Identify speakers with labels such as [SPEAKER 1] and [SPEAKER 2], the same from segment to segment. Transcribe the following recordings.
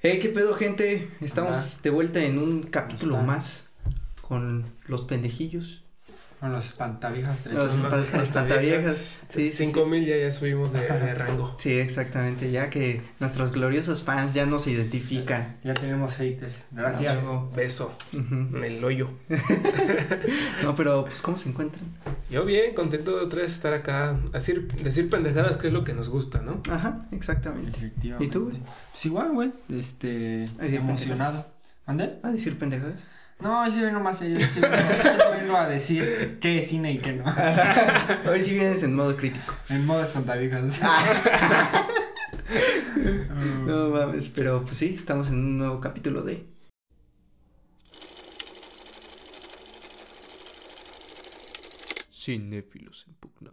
[SPEAKER 1] Hey, ¿qué pedo, gente? Estamos
[SPEAKER 2] Hola.
[SPEAKER 1] de vuelta en un capítulo
[SPEAKER 2] están?
[SPEAKER 1] más con los pendejillos.
[SPEAKER 2] Con los espantaviejas tres.
[SPEAKER 1] Los
[SPEAKER 3] Las
[SPEAKER 1] espan- espantaviejas. Sí, sí,
[SPEAKER 3] 5000 ya, ya subimos de, de rango.
[SPEAKER 1] Sí, exactamente. Ya que nuestros gloriosos fans ya nos identifican.
[SPEAKER 2] Ya tenemos haters. Gracias.
[SPEAKER 1] Bravo.
[SPEAKER 3] Beso
[SPEAKER 1] Ujú.
[SPEAKER 3] en el hoyo.
[SPEAKER 1] No, pero pues cómo se encuentran.
[SPEAKER 3] Yo bien, contento de otra vez estar acá. Decir, decir pendejadas que es lo que nos gusta, ¿no?
[SPEAKER 1] Ajá, exactamente.
[SPEAKER 2] Efectivamente.
[SPEAKER 1] ¿Y tú, güey?
[SPEAKER 2] Pues igual, güey. Este.
[SPEAKER 1] Ay, pues. sí,
[SPEAKER 2] emocionado. ¿Mande?
[SPEAKER 1] ¿A decir pendejadas?
[SPEAKER 2] No, ese vengo más allá. Ese vengo, ese vengo a decir qué es cine y qué no.
[SPEAKER 1] Hoy sí vienes en modo crítico.
[SPEAKER 2] En modo espantaviejas.
[SPEAKER 1] No mames, pero pues sí, estamos en un nuevo capítulo de... Cinéfilos en pugna.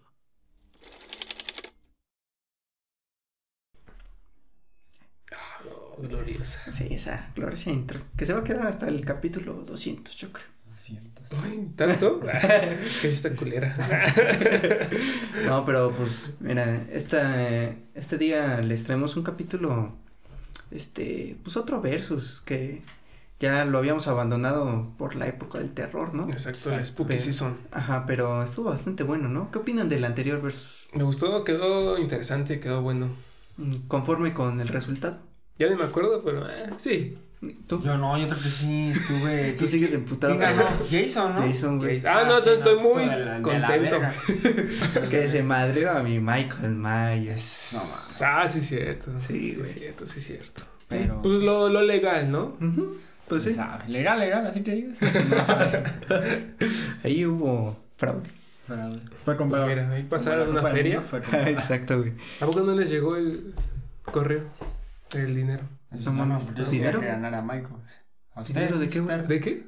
[SPEAKER 3] Oh, gloriosa.
[SPEAKER 1] Sí, esa gloriosa intro. Que se va a quedar hasta el capítulo 200, yo creo.
[SPEAKER 3] Ay, ¿Tanto? Ah, ¿Qué es esta culera?
[SPEAKER 1] No, pero pues, mira, esta, este día les traemos un capítulo, este, pues otro versus que ya lo habíamos abandonado por la época del terror, ¿no?
[SPEAKER 3] Exacto, la Spooky Season.
[SPEAKER 1] Ajá, pero estuvo bastante bueno, ¿no? ¿Qué opinan del anterior versus?
[SPEAKER 3] Me gustó, quedó interesante, quedó bueno.
[SPEAKER 1] Mm, Conforme con el resultado.
[SPEAKER 3] Ya ni me acuerdo, pero eh, sí.
[SPEAKER 1] ¿Tú?
[SPEAKER 2] Yo no, yo creo que sí estuve.
[SPEAKER 1] Tú sigues emputado.
[SPEAKER 2] ¿Quién ganó? Jason, ¿no?
[SPEAKER 1] Jason, güey.
[SPEAKER 3] Ah, no,
[SPEAKER 2] sí,
[SPEAKER 3] entonces estoy
[SPEAKER 2] estuvo
[SPEAKER 3] muy
[SPEAKER 2] de la- de la
[SPEAKER 3] contento.
[SPEAKER 2] verga.
[SPEAKER 1] Que se madreó a mi Michael Myers.
[SPEAKER 2] Es- No mames.
[SPEAKER 3] Ah, sí, cierto.
[SPEAKER 1] Sí,
[SPEAKER 3] sí,
[SPEAKER 1] güey.
[SPEAKER 3] cierto, sí, cierto.
[SPEAKER 2] Pero.
[SPEAKER 3] Pues lo, lo legal, ¿no?
[SPEAKER 1] Ujú, Pues sí,
[SPEAKER 2] sabe. Legal, legal, así que digas. No sé.
[SPEAKER 3] Pues
[SPEAKER 1] ahí hubo fraude.
[SPEAKER 2] Pero Fue
[SPEAKER 3] Pues
[SPEAKER 2] comprado.
[SPEAKER 3] mira, ahí pasaron
[SPEAKER 2] Bueno,
[SPEAKER 3] una
[SPEAKER 2] fue-
[SPEAKER 3] feria.
[SPEAKER 2] Fue comprado.
[SPEAKER 1] Ah, Exacto, güey.
[SPEAKER 3] ¿A poco no les llegó el correo? El dinero.
[SPEAKER 1] No mames,
[SPEAKER 2] porque Pues yo
[SPEAKER 1] ¿dinero?
[SPEAKER 2] quería que ganara Michael. ¿A ustedes?
[SPEAKER 1] ¿Dinero de qué, güey?
[SPEAKER 2] perros?
[SPEAKER 3] ¿De qué?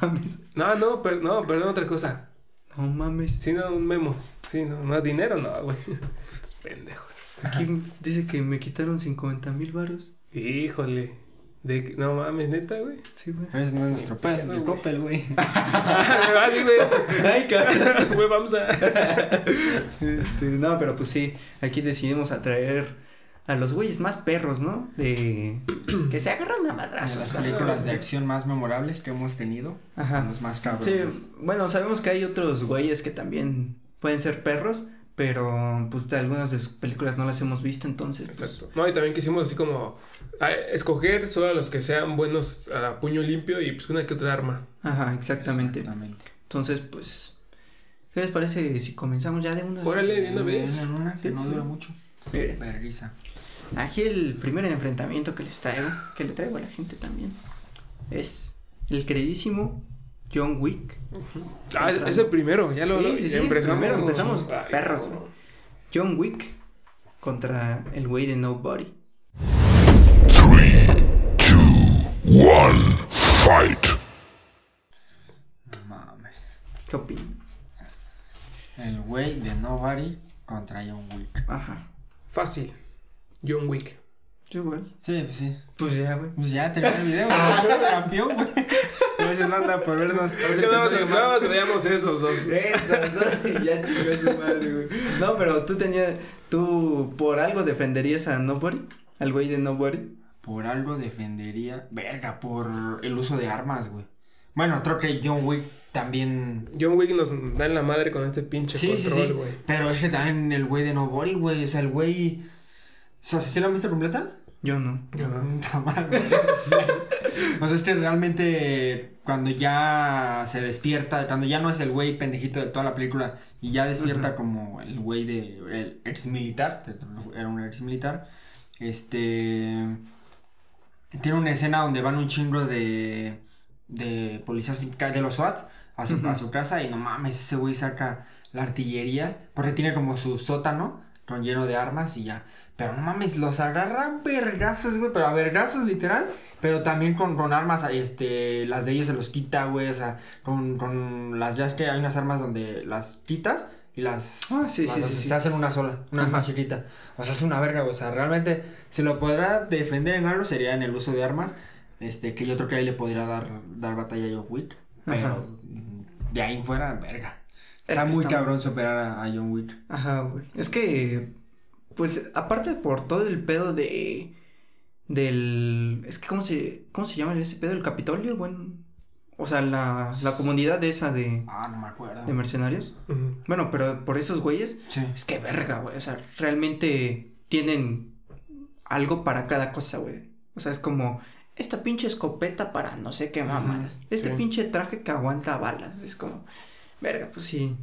[SPEAKER 1] Mames.
[SPEAKER 3] No, no, per- no, perdón, otra cosa.
[SPEAKER 1] No mames.
[SPEAKER 3] Sino un memo. Sí, no, no, dinero no, güey. Estos pendejos.
[SPEAKER 1] Aquí dice que me quitaron 50 mil varos.
[SPEAKER 3] Híjole. De, que- no mames, neta, güey.
[SPEAKER 1] Sí, güey.
[SPEAKER 2] Ese no es nuestro pez, es de
[SPEAKER 3] güey.
[SPEAKER 2] Coppel, güey.
[SPEAKER 3] Ah, sí, güey.
[SPEAKER 1] Ay, cabrón.
[SPEAKER 3] Güey, vamos a.
[SPEAKER 1] Este, no, pero pues sí, aquí decidimos atraer a los güeyes más perros, ¿no? De que se agarran a
[SPEAKER 2] De las
[SPEAKER 1] madrazos.
[SPEAKER 2] películas de
[SPEAKER 1] básicamente.
[SPEAKER 2] acción más memorables que hemos tenido.
[SPEAKER 1] Ajá.
[SPEAKER 2] Los más cabros.
[SPEAKER 1] Sí, bueno, sabemos que hay otros güeyes que también pueden ser perros, pero pues de algunas de sus películas no las hemos visto, entonces pues,
[SPEAKER 3] Exacto. No, y también quisimos así como ah, escoger solo a los que sean buenos a puño limpio y pues una que otra arma.
[SPEAKER 1] ajá, exactamente.
[SPEAKER 2] Exactamente.
[SPEAKER 1] Entonces, pues ¿qué les parece si comenzamos ya de una vez?
[SPEAKER 3] Órale, de
[SPEAKER 2] Una
[SPEAKER 3] una vez.
[SPEAKER 2] una que no dura mucho.
[SPEAKER 1] Miren.
[SPEAKER 2] Vergüenza.
[SPEAKER 1] Aquí el primer enfrentamiento que les traigo, que le traigo a la gente también, es el queridísimo John Wick.
[SPEAKER 3] Ah, es el primero, ya lo,
[SPEAKER 1] Sí,
[SPEAKER 3] lo-
[SPEAKER 1] sí,
[SPEAKER 3] ya
[SPEAKER 1] sí, primero empezamos, perros, güey. John Wick contra el güey de Nobody.
[SPEAKER 4] One fight.
[SPEAKER 2] No mames.
[SPEAKER 1] ¿Qué opinan?
[SPEAKER 2] El güey de Nobody contra John Wick.
[SPEAKER 1] Ajá.
[SPEAKER 3] Fácil. John Wick.
[SPEAKER 1] Yo igual.
[SPEAKER 2] Sí, pues sí.
[SPEAKER 1] Pues ya, güey.
[SPEAKER 2] Pues ya terminó el video, güey. Campeón, güey. Gracias, Nanda, por vernos.
[SPEAKER 3] Nada más- nada más traíamos esos dos.
[SPEAKER 1] Eso, entonces, ya chingó su madre, güey. No, pero tú tenías, tú por algo defenderías a Nobody, al güey de Nobody.
[SPEAKER 2] Por algo defendería. Verga, por el uso de armas, güey. Bueno, creo que John Wick también.
[SPEAKER 3] John Wick nos da en la madre con este pinche
[SPEAKER 2] Sí, sí, sí.
[SPEAKER 3] control, güey.
[SPEAKER 2] Pero ese también, el güey de Nobody, güey. O sea, el güey. O sea, ¿sí la han visto completa?
[SPEAKER 1] Yo no.
[SPEAKER 3] Ajá.
[SPEAKER 2] Puta madre. o sea, es que realmente cuando ya se despierta, cuando ya no es el güey pendejito de toda la película y ya despierta como el güey de el ex militar, era un ex militar, este tiene una escena donde van un chingo de de policías ca- de los SWAT a su,
[SPEAKER 1] Ujú.
[SPEAKER 2] a su casa y no mames, ese güey saca la artillería porque tiene como su sótano con lleno de armas y ya. Pero no mames, los agarran vergazos, güey, pero a vergazos literal, pero también con, con armas, este, las de ellos se los quita, güey, o sea, con, con las ya es que hay unas armas donde las quitas y las,
[SPEAKER 1] Ah, sí,
[SPEAKER 2] las-
[SPEAKER 1] sí, sí,
[SPEAKER 2] se
[SPEAKER 1] sí.
[SPEAKER 2] hacen una sola, una
[SPEAKER 1] Ajá.
[SPEAKER 2] más chiquita. O sea, es una verga, güey, o sea, realmente si lo podrá defender en algo sería en el uso de armas, este, que yo creo que ahí le podría dar, dar batalla a John Wick, pero
[SPEAKER 1] Ajá.
[SPEAKER 2] mm, de ahí en fuera, verga.
[SPEAKER 1] Es
[SPEAKER 2] Está
[SPEAKER 1] que
[SPEAKER 2] muy
[SPEAKER 1] está-
[SPEAKER 2] cabrón superar a, a John Wick.
[SPEAKER 1] Ajá, güey. Es que, pues, aparte por todo el pedo de, del... Es que ¿cómo se, cómo se llama ese pedo? ¿El Capitolio? Bueno, o sea, la, la comunidad esa de,
[SPEAKER 2] Ah, no me acuerdo.
[SPEAKER 1] de mercenarios.
[SPEAKER 3] Ujú.
[SPEAKER 1] Bueno, pero por esos güeyes
[SPEAKER 2] Sí.
[SPEAKER 1] Es que verga, güey. O sea, realmente tienen algo para cada cosa, güey. O sea, es como esta pinche escopeta para no sé qué mamadas. Este
[SPEAKER 3] sí.
[SPEAKER 1] pinche traje que aguanta balas. Es como, verga, pues sí.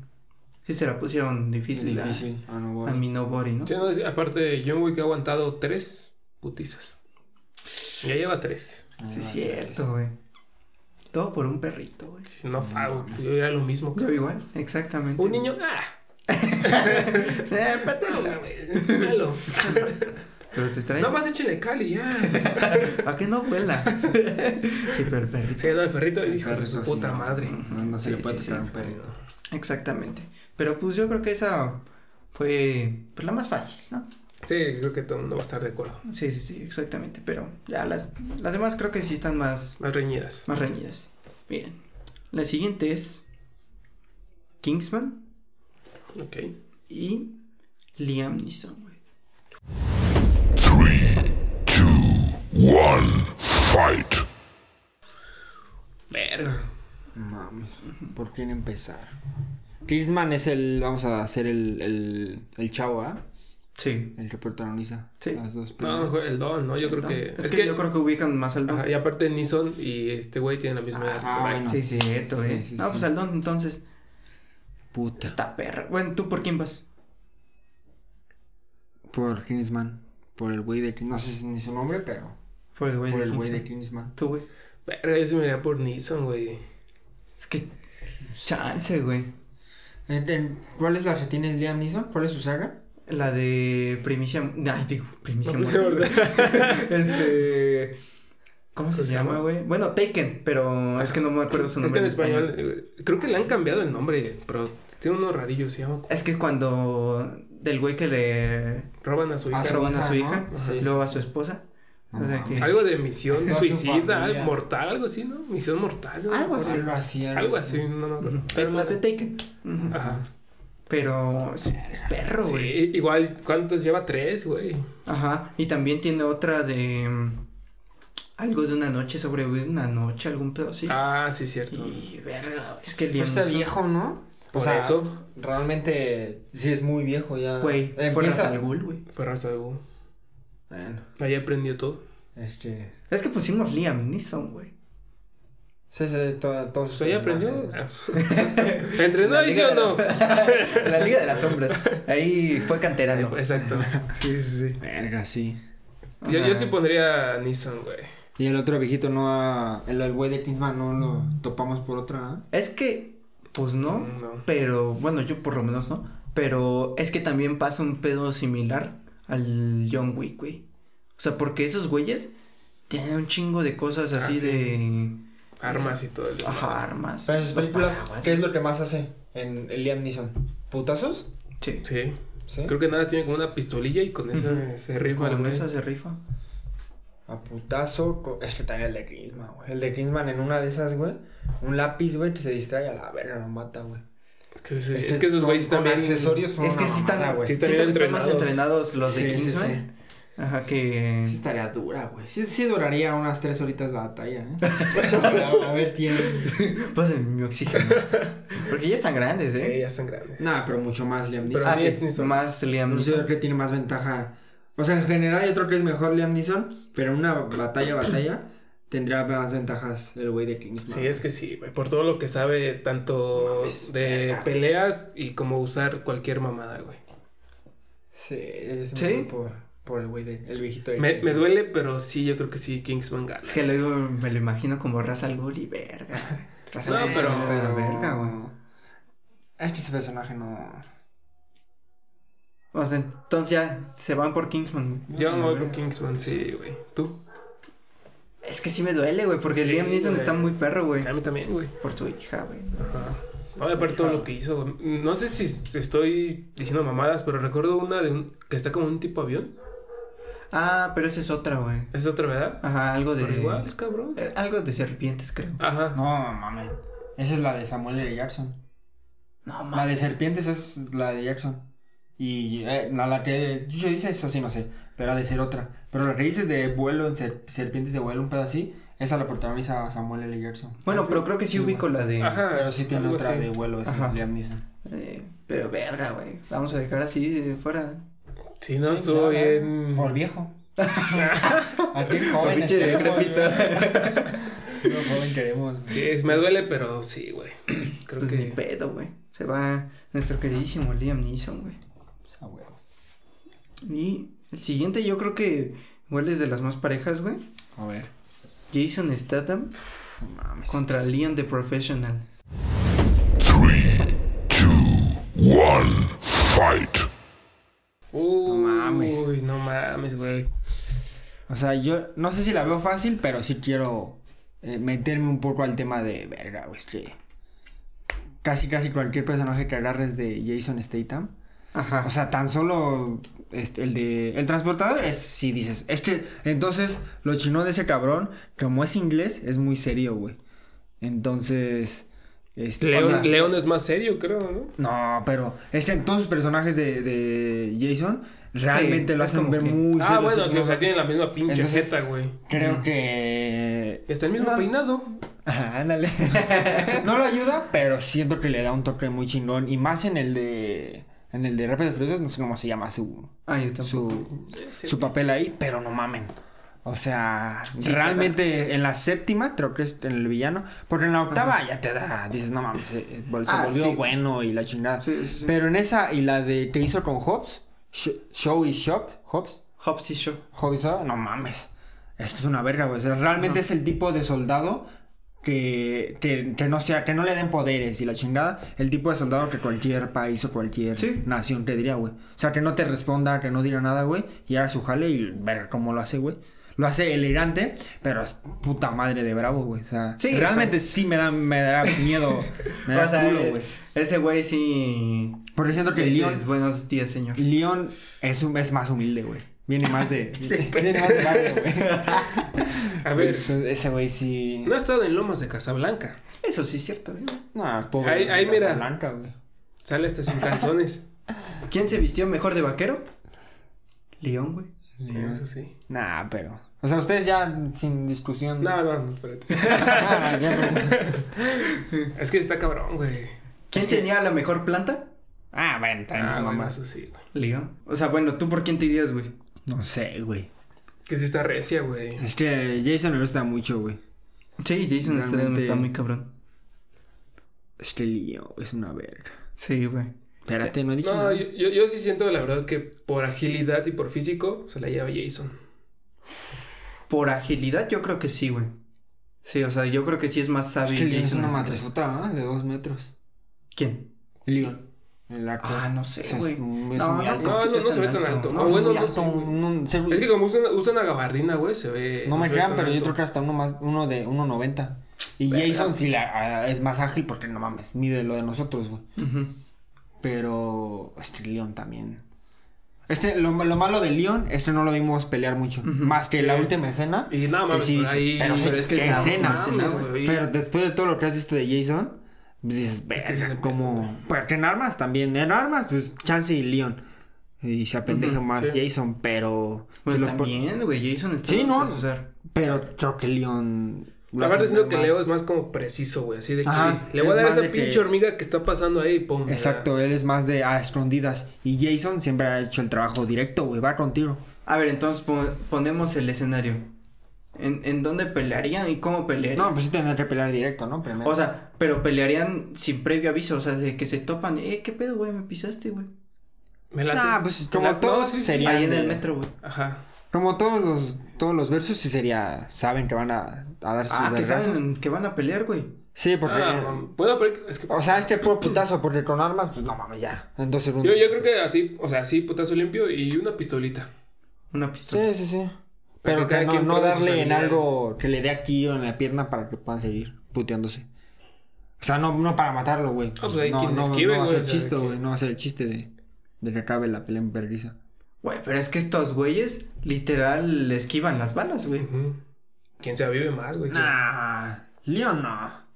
[SPEAKER 1] Sí se la pusieron difícil, a-
[SPEAKER 2] Difícil. Ah, no,
[SPEAKER 1] A,
[SPEAKER 2] voy.
[SPEAKER 1] mi nobody, ¿no?
[SPEAKER 3] Sí, no, es- aparte, John Wick ha aguantado tres putizas. Ya lleva tres.
[SPEAKER 1] Ah, Sí, es cierto, güey. Todo por un perrito, güey.
[SPEAKER 3] Si No, fago, yo era lo mismo.
[SPEAKER 1] Yo igual, exactamente.
[SPEAKER 3] Un niño, ah,
[SPEAKER 1] Eh, pata,
[SPEAKER 3] no,
[SPEAKER 1] güey.
[SPEAKER 3] mames, malo.
[SPEAKER 1] Pero te traen.
[SPEAKER 3] Nada más échale cali, ya.
[SPEAKER 1] ¿A qué no huela? sí, pero el perrito.
[SPEAKER 3] Se ganó el perrito y
[SPEAKER 2] El
[SPEAKER 3] dijo, de
[SPEAKER 2] perrito
[SPEAKER 3] su
[SPEAKER 2] sí,
[SPEAKER 3] puta
[SPEAKER 2] no.
[SPEAKER 3] madre.
[SPEAKER 2] No, no
[SPEAKER 1] Sí,
[SPEAKER 2] se le puede
[SPEAKER 1] sí,
[SPEAKER 2] tocar
[SPEAKER 1] sí.
[SPEAKER 2] a un perrito.
[SPEAKER 1] Exactamente. Pero pues yo creo que esa fue pues, la más fácil, ¿no?
[SPEAKER 3] Sí, creo que todo el mundo va a estar de acuerdo.
[SPEAKER 1] Sí, sí, sí, exactamente. Pero ya las, las demás creo que sí están más,
[SPEAKER 3] Más reñidas.
[SPEAKER 1] más reñidas. Miren, la siguiente es Kingsman
[SPEAKER 3] Ok.
[SPEAKER 1] y Liam Neeson, güey.
[SPEAKER 4] One fight.
[SPEAKER 3] Verga.
[SPEAKER 2] Mames, ¿por quién empezar? Kingsman es el, vamos a hacer el, el, el chavo, ¿ah?
[SPEAKER 1] Sí.
[SPEAKER 2] El que protagoniza
[SPEAKER 1] Sí.
[SPEAKER 2] las dos
[SPEAKER 3] No,
[SPEAKER 2] primeras.
[SPEAKER 3] mejor el Don, ¿no? Yo creo que.
[SPEAKER 1] Es, que, yo creo que ubican más al Don.
[SPEAKER 3] Ajá, y aparte, Nissan y este güey tienen la misma edad.
[SPEAKER 2] Ah,
[SPEAKER 3] por ahí.
[SPEAKER 2] bueno.
[SPEAKER 1] sí, cierto,
[SPEAKER 2] Sí,
[SPEAKER 1] eh.
[SPEAKER 2] sí,
[SPEAKER 1] no,
[SPEAKER 2] sí.
[SPEAKER 1] pues al Don entonces
[SPEAKER 2] Puta.
[SPEAKER 1] está perra. Bueno, ¿tú por quién vas?
[SPEAKER 2] Por Kingsman, por el güey de Kingsman. No sé si ni su nombre, pero.
[SPEAKER 1] Por el güey
[SPEAKER 2] Por
[SPEAKER 1] de
[SPEAKER 2] el güey de
[SPEAKER 1] Kingsman.
[SPEAKER 2] Kingsman.
[SPEAKER 1] Tú, güey.
[SPEAKER 3] Verga, yo se me iría por Nissan, güey.
[SPEAKER 1] Es que chance, güey.
[SPEAKER 2] ¿En- en- ¿Cuál es la que tiene Liam Neeson? ¿Cuál es su saga?
[SPEAKER 1] La de Primicia. Ay, digo, Primicia
[SPEAKER 3] No,
[SPEAKER 1] Muerte.
[SPEAKER 3] ¿verdad?
[SPEAKER 1] este. ¿Cómo se
[SPEAKER 3] ¿Cómo se
[SPEAKER 1] llama,
[SPEAKER 3] llama?
[SPEAKER 1] güey? Bueno, Taken, Ah, pero es que no me acuerdo su
[SPEAKER 3] Es que
[SPEAKER 1] nombre.
[SPEAKER 3] en español, eh, creo que le han cambiado el nombre, pero tiene uno rarillo, se llama.
[SPEAKER 1] Es que es cuando. Del güey que le
[SPEAKER 3] Roban a su
[SPEAKER 2] Ah,
[SPEAKER 3] hija.
[SPEAKER 2] su
[SPEAKER 1] roban a su
[SPEAKER 2] hija,
[SPEAKER 1] hija,
[SPEAKER 2] ¿no? Sí, sí,
[SPEAKER 1] luego a
[SPEAKER 2] sí.
[SPEAKER 1] su esposa.
[SPEAKER 2] No
[SPEAKER 1] o sea
[SPEAKER 2] mames.
[SPEAKER 1] que.
[SPEAKER 3] Algo de misión
[SPEAKER 2] Toda su
[SPEAKER 3] suicida,
[SPEAKER 2] familia.
[SPEAKER 3] mortal, algo así, ¿no? Misión mortal. ¿no?
[SPEAKER 1] Algo así.
[SPEAKER 2] Algo así.
[SPEAKER 3] Algo así, no me acuerdo.
[SPEAKER 1] Ujú, Pero las de Taken. Ujú.
[SPEAKER 3] Ajá.
[SPEAKER 1] Pero es, es perro,
[SPEAKER 3] Sí,
[SPEAKER 1] güey.
[SPEAKER 3] igual, ¿cuántos lleva? Tres, güey.
[SPEAKER 1] Ajá. Y también tiene otra de. mm, Algo de una noche sobre una noche, algún pedo así.
[SPEAKER 3] Ah, sí, cierto.
[SPEAKER 1] y verga, güey, es que el
[SPEAKER 2] Pero está
[SPEAKER 1] Liam Neeson-
[SPEAKER 2] viejo, ¿no?
[SPEAKER 3] Por
[SPEAKER 2] o sea,
[SPEAKER 3] eso
[SPEAKER 2] Realmente, sí es muy viejo ya.
[SPEAKER 1] Güey, fue
[SPEAKER 2] empieza.
[SPEAKER 1] Ra's al Ghul, güey.
[SPEAKER 3] fue raza de Hugo.
[SPEAKER 2] Bueno,
[SPEAKER 3] Ahí aprendió todo.
[SPEAKER 2] este.
[SPEAKER 1] Es que pusimos Liam Neeson, güey.
[SPEAKER 2] Sí, sí, todo, todo
[SPEAKER 3] Pues ahí aprendió.
[SPEAKER 2] Ah,
[SPEAKER 3] ¿Entrenó
[SPEAKER 1] La
[SPEAKER 3] ahí sí
[SPEAKER 1] Liga
[SPEAKER 3] o
[SPEAKER 1] de
[SPEAKER 3] no?
[SPEAKER 1] La Liga de las Sombras. Ahí fue canterano.
[SPEAKER 3] Exacto.
[SPEAKER 1] Sí, sí, sí.
[SPEAKER 2] Verga, sí.
[SPEAKER 3] Yo, yo
[SPEAKER 1] Ajá.
[SPEAKER 3] sí pondría a Nissan, güey.
[SPEAKER 2] Y el otro viejito no ha- El, el güey de Kingsman no lo topamos por otra.
[SPEAKER 1] Es que, pues no,
[SPEAKER 3] No.
[SPEAKER 1] pero bueno, yo por lo menos no. Pero es que también pasa un pedo similar al John Wick, güey. O sea, porque esos güeyes tienen un chingo de cosas
[SPEAKER 3] Ah,
[SPEAKER 1] así
[SPEAKER 3] sí.
[SPEAKER 1] de.
[SPEAKER 3] Armas y todo. El
[SPEAKER 1] Ajá, armas.
[SPEAKER 2] Pero en sus
[SPEAKER 1] los
[SPEAKER 2] películas,
[SPEAKER 1] paraguas,
[SPEAKER 2] ¿qué es lo que más hace en el Liam Neeson? ¿Putazos?
[SPEAKER 1] Sí.
[SPEAKER 3] Sí.
[SPEAKER 2] Sí.
[SPEAKER 3] Creo que nada, más tiene como una pistolilla y con esa
[SPEAKER 1] Ujú.
[SPEAKER 3] se rifa
[SPEAKER 1] Con
[SPEAKER 3] el
[SPEAKER 1] la
[SPEAKER 3] güey.
[SPEAKER 1] mesa se rifa.
[SPEAKER 2] A putazo. co- Es que también el de Kingsman, güey. El de Kingsman en una de esas, güey. Un lápiz, güey, que se distrae a la verga, lo mata, güey.
[SPEAKER 3] Es que, es, es que esos
[SPEAKER 2] este con-
[SPEAKER 3] güeyes
[SPEAKER 2] con
[SPEAKER 3] también.
[SPEAKER 2] accesorios son
[SPEAKER 1] es que
[SPEAKER 2] una
[SPEAKER 1] sí están,
[SPEAKER 2] mamada, güey.
[SPEAKER 3] sí
[SPEAKER 1] siento
[SPEAKER 3] están
[SPEAKER 1] que
[SPEAKER 3] bien
[SPEAKER 1] están más
[SPEAKER 3] entrenados.
[SPEAKER 1] entrenados los de
[SPEAKER 2] Sí, sí,
[SPEAKER 1] Kingsman. Ajá, que.
[SPEAKER 2] Sí estaría dura, güey. Sí, sí duraría unas tres horitas la batalla, ¿eh? a ver quién...
[SPEAKER 1] Pasen pues, mi oxígeno. Porque ya están grandes,
[SPEAKER 3] Sí,
[SPEAKER 1] ¿eh?
[SPEAKER 3] ya están grandes.
[SPEAKER 2] Nah, pero mucho más Liam
[SPEAKER 3] Pero
[SPEAKER 2] Neeson.
[SPEAKER 1] ah,
[SPEAKER 3] ni
[SPEAKER 1] sí,
[SPEAKER 3] es ni son.
[SPEAKER 1] más Liam
[SPEAKER 2] Yo creo
[SPEAKER 1] Neeson.
[SPEAKER 2] que tiene más ventaja. O sea, en general yo creo que es mejor Liam Neeson, pero en una batalla, batalla, tendría más ventajas el güey de Kingsman.
[SPEAKER 3] Sí, es que sí, güey. Por todo lo que sabe, tanto
[SPEAKER 2] Mames,
[SPEAKER 3] de
[SPEAKER 2] verga.
[SPEAKER 3] peleas y como usar cualquier mamada, güey.
[SPEAKER 2] Sí, es un
[SPEAKER 1] ¿Sí?
[SPEAKER 2] poco por, por el güey de... El viejito de
[SPEAKER 3] Me, me
[SPEAKER 2] Kingsman.
[SPEAKER 3] duele, pero sí, yo creo que sí, Kingsman gana.
[SPEAKER 1] Es que luego me lo imagino como Ra's al Ghul y verga. Ra's al
[SPEAKER 3] No,
[SPEAKER 1] Ghul
[SPEAKER 3] pero-
[SPEAKER 1] era la verga, güey.
[SPEAKER 2] Este ese personaje no...
[SPEAKER 1] O sea, entonces ya se van por Kingsman. güey.
[SPEAKER 3] Yo me voy
[SPEAKER 1] Sí,
[SPEAKER 3] por
[SPEAKER 1] güey.
[SPEAKER 3] Kingsman, sí, güey. ¿Tú?
[SPEAKER 1] Es que sí me duele, güey, porque
[SPEAKER 3] Sí,
[SPEAKER 1] Liam Neeson
[SPEAKER 3] güey.
[SPEAKER 1] está muy perro, güey.
[SPEAKER 3] A mí también, güey.
[SPEAKER 1] Por su hija, güey.
[SPEAKER 3] Ajá. No, y aparte todo lo que hizo, güey. No sé si estoy diciendo mamadas, pero recuerdo una de un... que está como un tipo avión.
[SPEAKER 1] Ah, pero esa es otra, güey.
[SPEAKER 3] ¿Es otra verdad?
[SPEAKER 1] Ajá, algo Ah, de.
[SPEAKER 3] Pero igual, es cabrón.
[SPEAKER 1] eh, Algo de serpientes, creo.
[SPEAKER 3] Ajá.
[SPEAKER 2] No, mames. Esa es la de Samuel L. Jackson.
[SPEAKER 1] No
[SPEAKER 2] La de
[SPEAKER 1] mames.
[SPEAKER 2] serpientes es la de Jackson. Y eh, la, la que yo hice, esa sí no sé, pero ha de ser otra. Pero la que dices de vuelo en ser- serpientes de vuelo, un pedo así, esa la protagoniza Samuel L. Jackson.
[SPEAKER 1] Bueno, pero creo que sí,
[SPEAKER 2] Sí,
[SPEAKER 1] ubico la de.
[SPEAKER 3] Ajá.
[SPEAKER 2] Pero sí tiene
[SPEAKER 3] algo
[SPEAKER 2] otra
[SPEAKER 3] así.
[SPEAKER 2] de vuelo, es
[SPEAKER 1] Ajá.
[SPEAKER 2] Liam Neeson.
[SPEAKER 1] eh, pero verga, güey. Vamos a dejar así de fuera.
[SPEAKER 3] Sí, no,
[SPEAKER 2] Sí,
[SPEAKER 3] estuvo
[SPEAKER 2] ya,
[SPEAKER 3] bien.
[SPEAKER 2] Por viejo. Aquí
[SPEAKER 1] Por
[SPEAKER 2] joven.
[SPEAKER 1] pinche
[SPEAKER 2] estamos,
[SPEAKER 1] decrépito.
[SPEAKER 2] güey. Lo joven queremos. güey.
[SPEAKER 3] Sí, es- me duele, pero sí, güey. Creo
[SPEAKER 1] Pues ni
[SPEAKER 3] que.
[SPEAKER 1] pedo, güey. Se va nuestro queridísimo Liam Neeson, güey.
[SPEAKER 2] Esa huevo.
[SPEAKER 1] Y el siguiente, yo creo que igual es de las más parejas, güey.
[SPEAKER 2] A ver.
[SPEAKER 1] Jason Statham
[SPEAKER 2] Mames.
[SPEAKER 1] contra Liam the Professional.
[SPEAKER 4] One fight.
[SPEAKER 3] Uy,
[SPEAKER 2] No mames.
[SPEAKER 3] no mames, güey.
[SPEAKER 2] O sea, yo no sé si la veo fácil, pero sí quiero eh, meterme un poco al tema de verga, güey. Es que casi, casi cualquier personaje que agarres de Jason Statham.
[SPEAKER 1] Ajá.
[SPEAKER 2] O sea, tan solo este, el de. El transportador es si dices. Es que entonces lo chino de ese cabrón, como es inglés, es muy serio, güey. Entonces. Este, o
[SPEAKER 3] León,
[SPEAKER 2] sea,
[SPEAKER 3] León es más serio, creo, ¿no?
[SPEAKER 2] No, pero es que todos los personajes de, de Jason realmente
[SPEAKER 1] Sí,
[SPEAKER 2] lo
[SPEAKER 1] es
[SPEAKER 2] hacen
[SPEAKER 1] como
[SPEAKER 2] ver
[SPEAKER 1] que-
[SPEAKER 2] muy
[SPEAKER 3] ah,
[SPEAKER 2] serios,
[SPEAKER 3] bueno,
[SPEAKER 2] sí, pues,
[SPEAKER 3] sí, o sea, tienen la misma pinche
[SPEAKER 2] Entonces-
[SPEAKER 3] jeta, güey.
[SPEAKER 2] Creo que.
[SPEAKER 3] Está el mismo
[SPEAKER 2] No.
[SPEAKER 3] peinado.
[SPEAKER 2] Ajá, ándale. no lo ayuda, pero siento que le da un toque muy chingón. Y más en el de. En el de Rápido y Furiosos, no sé cómo se llama su.
[SPEAKER 1] ah, yo tampoco.
[SPEAKER 2] Su,
[SPEAKER 3] Sí.
[SPEAKER 2] su papel ahí, pero no mamen. O sea,
[SPEAKER 1] Sí,
[SPEAKER 2] realmente en la séptima, creo que es en el villano. Porque en la octava
[SPEAKER 1] Ajá.
[SPEAKER 2] ya te da. Dices, no mames, se, se volvió
[SPEAKER 1] Ah, sí.
[SPEAKER 2] bueno y la chingada.
[SPEAKER 1] Sí, sí, sí.
[SPEAKER 2] Pero en esa y la de que hizo con Hobbs, Sh- Show y Shop, Hobbs.
[SPEAKER 1] Hobbs y Shaw.
[SPEAKER 2] Hobbs, no mames. Es que es una verga, güey. O sea, realmente
[SPEAKER 1] Ajá.
[SPEAKER 2] es el tipo de soldado que, que, que no sea, que no le den poderes y la chingada. El tipo de soldado que cualquier país o cualquier
[SPEAKER 1] Sí.
[SPEAKER 2] nación te diría, güey. O sea, que no te responda, que no diga nada, güey. Y haga su jale y ver cómo lo hace, güey. Lo hace elegante, pero es puta madre de bravo, güey. O sea,
[SPEAKER 1] Sí,
[SPEAKER 2] realmente
[SPEAKER 1] o
[SPEAKER 2] sí me da, me da miedo. Me da
[SPEAKER 1] O sea,
[SPEAKER 2] culo,
[SPEAKER 1] eh,
[SPEAKER 2] güey.
[SPEAKER 1] ese güey sí.
[SPEAKER 2] Porque siento que Leon
[SPEAKER 1] Dices, buenos días, señor.
[SPEAKER 2] León es, un- es más humilde, güey. Viene más de. Viene más de barrio, güey.
[SPEAKER 3] A ver,
[SPEAKER 2] Entonces, ese güey sí.
[SPEAKER 3] no ha estado en Lomas de Casablanca.
[SPEAKER 1] Eso sí es cierto, ¿eh? güey.
[SPEAKER 2] No, pobre.
[SPEAKER 3] Ahí-
[SPEAKER 2] de
[SPEAKER 3] ahí mira.
[SPEAKER 2] Casablanca, güey.
[SPEAKER 3] Sale hasta sin calzones.
[SPEAKER 1] ¿Quién se vistió mejor de vaquero? León, güey.
[SPEAKER 3] Eso sí.
[SPEAKER 2] Nah, pero. O sea, ustedes ya sin discusión.
[SPEAKER 3] No, no, no, espérate.
[SPEAKER 2] Ah, ya, pero-
[SPEAKER 3] Es que está cabrón, güey.
[SPEAKER 1] ¿Quién
[SPEAKER 2] Es que-
[SPEAKER 1] tenía la mejor planta?
[SPEAKER 2] ah, bueno, también
[SPEAKER 3] Ah,
[SPEAKER 2] es
[SPEAKER 3] bueno,
[SPEAKER 2] mamá.
[SPEAKER 3] eso sí, güey.
[SPEAKER 1] León. O sea, bueno, ¿tú por quién te irías, güey?
[SPEAKER 2] No sé, güey.
[SPEAKER 3] Que sí está recia, güey.
[SPEAKER 2] Es que Jason me gusta mucho, güey.
[SPEAKER 1] Sí, Jason Statham
[SPEAKER 2] Realmente-
[SPEAKER 1] está muy cabrón.
[SPEAKER 2] Es que Leo es una verga.
[SPEAKER 1] Sí, güey.
[SPEAKER 2] Espérate, no he dicho.
[SPEAKER 3] No,
[SPEAKER 2] nada.
[SPEAKER 3] yo, yo, yo sí siento la verdad que por agilidad y por físico se la lleva Jason.
[SPEAKER 1] Por agilidad, yo creo que sí, güey. Sí, o sea, yo creo que sí es más sabio.
[SPEAKER 2] Es que Leon es
[SPEAKER 1] Jason
[SPEAKER 2] una
[SPEAKER 1] Statham.
[SPEAKER 2] matresota, ¿ah? De dos metros.
[SPEAKER 1] ¿Quién?
[SPEAKER 2] Leon. El actor.
[SPEAKER 1] Ah, no sé,
[SPEAKER 2] O sea, es
[SPEAKER 1] güey.
[SPEAKER 2] muy- es
[SPEAKER 1] No,
[SPEAKER 2] muy
[SPEAKER 1] no,
[SPEAKER 2] alto.
[SPEAKER 1] creo
[SPEAKER 3] No,
[SPEAKER 1] que
[SPEAKER 3] no,
[SPEAKER 1] sea
[SPEAKER 3] no se ve tan alto. No,
[SPEAKER 2] es
[SPEAKER 3] bueno,
[SPEAKER 2] muy
[SPEAKER 3] no sé,
[SPEAKER 2] alto,
[SPEAKER 3] güey.
[SPEAKER 2] no sé,
[SPEAKER 3] Es que como usan, usan una gabardina, güey, se ve.
[SPEAKER 2] No me
[SPEAKER 3] se ve
[SPEAKER 2] crean,
[SPEAKER 3] tan
[SPEAKER 2] pero yo
[SPEAKER 3] alto.
[SPEAKER 2] creo que hasta uno más, uno de 1.90. Y
[SPEAKER 3] Verga.
[SPEAKER 2] Jason sí la, ah, es más ágil porque no mames, mide lo de nosotros, güey.
[SPEAKER 1] Ujú.
[SPEAKER 2] Pero este Leon también. Este, lo, lo malo de Leon, este no lo vimos pelear mucho. Más que
[SPEAKER 3] Sí.
[SPEAKER 2] la última escena.
[SPEAKER 3] Y nada más,
[SPEAKER 2] que Pues sí dices,
[SPEAKER 3] ahí.
[SPEAKER 2] pero,
[SPEAKER 1] pero
[SPEAKER 2] es
[SPEAKER 1] es
[SPEAKER 2] que
[SPEAKER 1] que
[SPEAKER 2] ¿qué
[SPEAKER 1] es la
[SPEAKER 2] escena.
[SPEAKER 1] última escena,
[SPEAKER 3] güey.
[SPEAKER 2] Pero después de todo lo que has visto de Jason, pues dices,
[SPEAKER 3] que sí se
[SPEAKER 2] verga,
[SPEAKER 3] pega,
[SPEAKER 2] como. Porque en armas también, en armas, pues Chance y Leon. Y se apendeja más
[SPEAKER 3] sí.
[SPEAKER 2] Jason,
[SPEAKER 1] Bueno,
[SPEAKER 2] pero. si Pues los pon-
[SPEAKER 1] también, güey, Jason Statham.
[SPEAKER 2] Sí, no.
[SPEAKER 1] sabes usar.
[SPEAKER 2] Pero creo que Leon. lo
[SPEAKER 3] La verdad
[SPEAKER 2] hace
[SPEAKER 3] es lo que
[SPEAKER 2] más.
[SPEAKER 3] Leo es más como preciso, güey. Así de que
[SPEAKER 2] Ajá,
[SPEAKER 3] sí, le voy a
[SPEAKER 2] es
[SPEAKER 3] dar
[SPEAKER 2] más
[SPEAKER 3] esa
[SPEAKER 2] de que-
[SPEAKER 3] pinche hormiga que está pasando ahí y pum. le da.
[SPEAKER 2] Exacto, él es más de a escondidas. Y Jason siempre ha hecho el trabajo directo, güey. Va contigo.
[SPEAKER 1] A ver, entonces po- ponemos el escenario. ¿En, en dónde pelearían y cómo pelearían?
[SPEAKER 2] No, pues sí tendrá que pelear directo, ¿no? Primero.
[SPEAKER 1] O sea, pero pelearían sin previo aviso, o sea, de que se topan. Eh, ¿qué pedo, güey? Me pisaste, güey.
[SPEAKER 3] Me late.
[SPEAKER 2] Nah, pues,
[SPEAKER 3] Me
[SPEAKER 2] como
[SPEAKER 3] late.
[SPEAKER 2] todos
[SPEAKER 3] sí, sí.
[SPEAKER 2] sería- Pelean
[SPEAKER 1] Ahí en
[SPEAKER 2] de-
[SPEAKER 1] el metro, güey.
[SPEAKER 3] Ajá.
[SPEAKER 2] Como todos los, todos los versos, sí sería. Saben que van a, a dar sus
[SPEAKER 1] Ah, que
[SPEAKER 2] vergazos.
[SPEAKER 1] saben que van a pelear, güey.
[SPEAKER 2] Sí, porque. eh,
[SPEAKER 3] Ah, mam, bueno, pero es que.
[SPEAKER 2] o sea, es que puro putazo, porque con armas, pues no mames, ya. Entonces,
[SPEAKER 3] Yo, yo creo que así, o sea, así, putazo limpio y una pistolita.
[SPEAKER 1] Una pistola.
[SPEAKER 2] Sí, sí, sí.
[SPEAKER 3] Para
[SPEAKER 2] Pero
[SPEAKER 3] que
[SPEAKER 2] que
[SPEAKER 3] cada
[SPEAKER 2] no,
[SPEAKER 3] quien
[SPEAKER 2] no
[SPEAKER 3] pruebe sus
[SPEAKER 2] darle en
[SPEAKER 3] habilidades.
[SPEAKER 2] algo que le dé aquí o en la pierna para que puedan seguir puteándose. O sea, no, no para matarlo, güey.
[SPEAKER 3] pues hay
[SPEAKER 2] no,
[SPEAKER 3] quien
[SPEAKER 2] no,
[SPEAKER 3] esquive,
[SPEAKER 2] no va a
[SPEAKER 3] güey,
[SPEAKER 2] ser
[SPEAKER 3] o sea,
[SPEAKER 2] chiste,
[SPEAKER 3] que-
[SPEAKER 2] güey. No va a ser el chiste de, de que acabe la pelea en vergüenza.
[SPEAKER 1] Güey, pero es que estos güeyes literal esquivan las balas, güey.
[SPEAKER 3] Ujú. ¿Quién se avive más, güey? ¿Quién-
[SPEAKER 2] Nah, Leon no.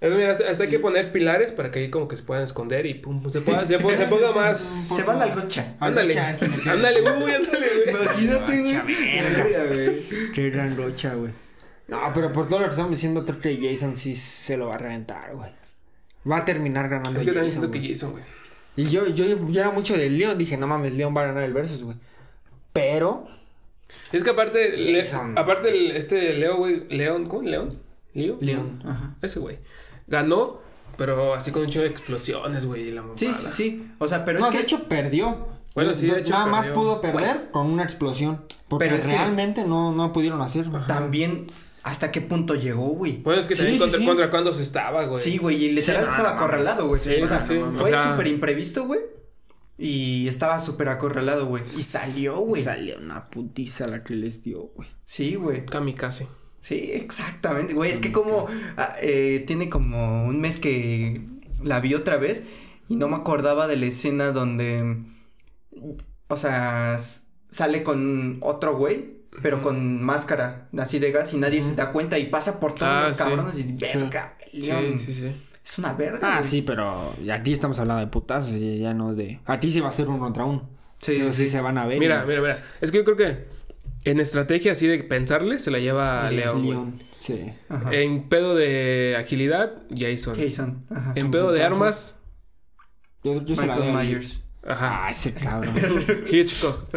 [SPEAKER 3] Es, mira, hasta, hasta hay que poner pilares para que ahí como que se puedan esconder y pum, se, pueda- se po- se ponga más...
[SPEAKER 1] Se van al gocha.
[SPEAKER 3] Ándale,
[SPEAKER 2] Rocha, este me queda.
[SPEAKER 3] ándale, uy, ándale, güey.
[SPEAKER 1] Imagínate, güey.
[SPEAKER 2] Gocha, verga.
[SPEAKER 1] Verga, güey.
[SPEAKER 2] Qué gran rocha, güey. No, pero por todo lo que estamos diciendo, creo que Jason sí se lo va a reventar, güey. Va a terminar ganando
[SPEAKER 3] Es que yo también
[SPEAKER 2] Jason,
[SPEAKER 3] siento que
[SPEAKER 2] güey.
[SPEAKER 3] Jason, güey.
[SPEAKER 2] Y yo, yo, yo era mucho del León. Dije, no mames, León va a ganar el versus, güey. Pero...
[SPEAKER 3] Es que aparte, le-
[SPEAKER 2] Jason.
[SPEAKER 3] aparte el- este Leo, güey, León, ¿cómo? ¿León? ¿Leo?
[SPEAKER 1] León. Ajá.
[SPEAKER 3] Ese güey. Ganó, pero así con un chingo de explosiones, güey, y la mamada.
[SPEAKER 1] Sí, sí, sí. O sea, pero
[SPEAKER 2] no,
[SPEAKER 1] es que.
[SPEAKER 2] de hecho, perdió.
[SPEAKER 3] Bueno, sí, de hecho,
[SPEAKER 2] Nada más
[SPEAKER 3] perdió.
[SPEAKER 2] pudo perder con una explosión. Porque
[SPEAKER 1] Pero es que-
[SPEAKER 2] realmente no, no pudieron hacerlo.
[SPEAKER 1] también hasta qué punto llegó, güey.
[SPEAKER 3] Bueno, es que
[SPEAKER 2] Sí,
[SPEAKER 3] también
[SPEAKER 2] sí,
[SPEAKER 3] contra,
[SPEAKER 2] sí.
[SPEAKER 3] contra cuándo se estaba, güey.
[SPEAKER 1] Sí, güey, y literal
[SPEAKER 3] no,
[SPEAKER 1] estaba
[SPEAKER 3] no mames.
[SPEAKER 1] acorralado, güey.
[SPEAKER 3] Sí,
[SPEAKER 1] o sea,
[SPEAKER 3] sí, no
[SPEAKER 1] fue
[SPEAKER 3] mames.
[SPEAKER 1] súper imprevisto, güey. Y estaba súper acorralado, güey. Y salió, güey.
[SPEAKER 2] Salió una putiza la que les dio, güey.
[SPEAKER 1] Sí, güey.
[SPEAKER 3] Kamikaze.
[SPEAKER 1] Sí, exactamente, güey.
[SPEAKER 3] Mm,
[SPEAKER 1] Es que como ah, eh, tiene como un mes que la vi otra vez y no me acordaba de la escena donde, mm, o sea, s- sale con otro güey, pero con máscara así de gas y nadie se da cuenta y pasa por todos
[SPEAKER 3] Ah,
[SPEAKER 1] los
[SPEAKER 3] sí.
[SPEAKER 1] cabrones y verga,
[SPEAKER 3] Sí,
[SPEAKER 1] León,
[SPEAKER 3] sí, sí.
[SPEAKER 1] es una verga.
[SPEAKER 2] Ah,
[SPEAKER 1] güey.
[SPEAKER 2] sí, pero aquí estamos hablando de putazos y ya no de... Aquí sí va a ser uno contra uno.
[SPEAKER 1] Sí,
[SPEAKER 2] Sí, sí,
[SPEAKER 1] sí, sí.
[SPEAKER 2] se van a ver.
[SPEAKER 3] Mira,
[SPEAKER 2] y-
[SPEAKER 3] mira, mira. Es que yo creo que en estrategia así de pensarle se la lleva
[SPEAKER 2] y
[SPEAKER 3] León, güey.
[SPEAKER 2] León, Sí.
[SPEAKER 1] Ajá.
[SPEAKER 3] En pedo de agilidad, Jason.
[SPEAKER 1] Jason, ajá.
[SPEAKER 3] En pedo de
[SPEAKER 2] putazo.
[SPEAKER 3] armas,
[SPEAKER 2] Yo, yo se la
[SPEAKER 1] Michael
[SPEAKER 2] doy a-
[SPEAKER 1] Myers.
[SPEAKER 3] ajá.
[SPEAKER 2] Ah, ese cabrón.
[SPEAKER 3] Hitchcock.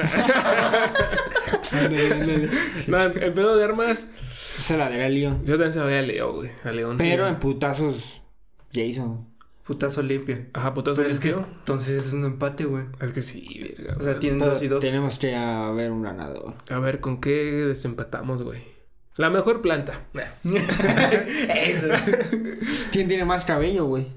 [SPEAKER 2] Ándale, ándale.
[SPEAKER 3] no, en en pedo de armas,
[SPEAKER 2] Yo se la daría a León.
[SPEAKER 3] yo también se la doy a Leo, güey. A León.
[SPEAKER 2] Pero en putazos, Jason.
[SPEAKER 1] Putazo limpio.
[SPEAKER 3] Ajá, putas.
[SPEAKER 1] Pero es que
[SPEAKER 3] limpio.
[SPEAKER 1] entonces es un empate, güey.
[SPEAKER 3] Es que sí, verga.
[SPEAKER 1] O
[SPEAKER 3] güey.
[SPEAKER 1] sea, tienen dos y dos.
[SPEAKER 2] Tenemos que ah, ver un ganador.
[SPEAKER 3] A ver, ¿con qué desempatamos, güey? La mejor planta. Nah.
[SPEAKER 1] Eso.
[SPEAKER 2] ¿Quién tiene más cabello, güey?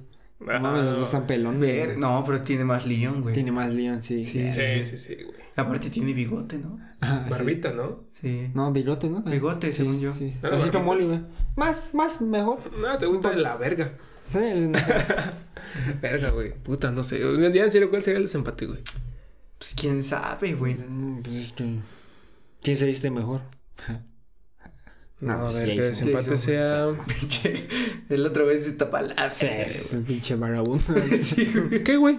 [SPEAKER 3] Ah,
[SPEAKER 2] No mames, los dos están pelón.
[SPEAKER 1] Ver- No, pero tiene más León, güey.
[SPEAKER 2] Tiene más León, sí.
[SPEAKER 1] Sí,
[SPEAKER 3] Sí, sí, sí, güey.
[SPEAKER 1] Aparte tiene bigote, ¿no?
[SPEAKER 2] Ah, sí.
[SPEAKER 3] Barbita, ¿no?
[SPEAKER 1] Sí.
[SPEAKER 2] No, bigote, ¿no?
[SPEAKER 1] Bigote,
[SPEAKER 2] Sí,
[SPEAKER 1] según yo.
[SPEAKER 2] Sí, sí.
[SPEAKER 3] Pero
[SPEAKER 2] Así como
[SPEAKER 3] barbita.
[SPEAKER 2] Oliver. Más, más, mejor.
[SPEAKER 3] No, te gusta de la verga.
[SPEAKER 2] Sí, el-
[SPEAKER 3] Verga, güey. Puta, no sé. Ya en serio, ¿cuál sería el desempate, güey?
[SPEAKER 1] Pues quién sabe, güey.
[SPEAKER 2] Mm, pues es que... ¿Quién se viste mejor?
[SPEAKER 3] No, a
[SPEAKER 2] pues,
[SPEAKER 3] ver, que
[SPEAKER 2] Jason.
[SPEAKER 3] desempate
[SPEAKER 1] Jason,
[SPEAKER 3] sea.
[SPEAKER 1] Pinche. El otro vez está palabra.
[SPEAKER 2] Sí, ese es un pinche vagabundo.
[SPEAKER 1] Sí, güey.
[SPEAKER 3] ¿Qué, güey?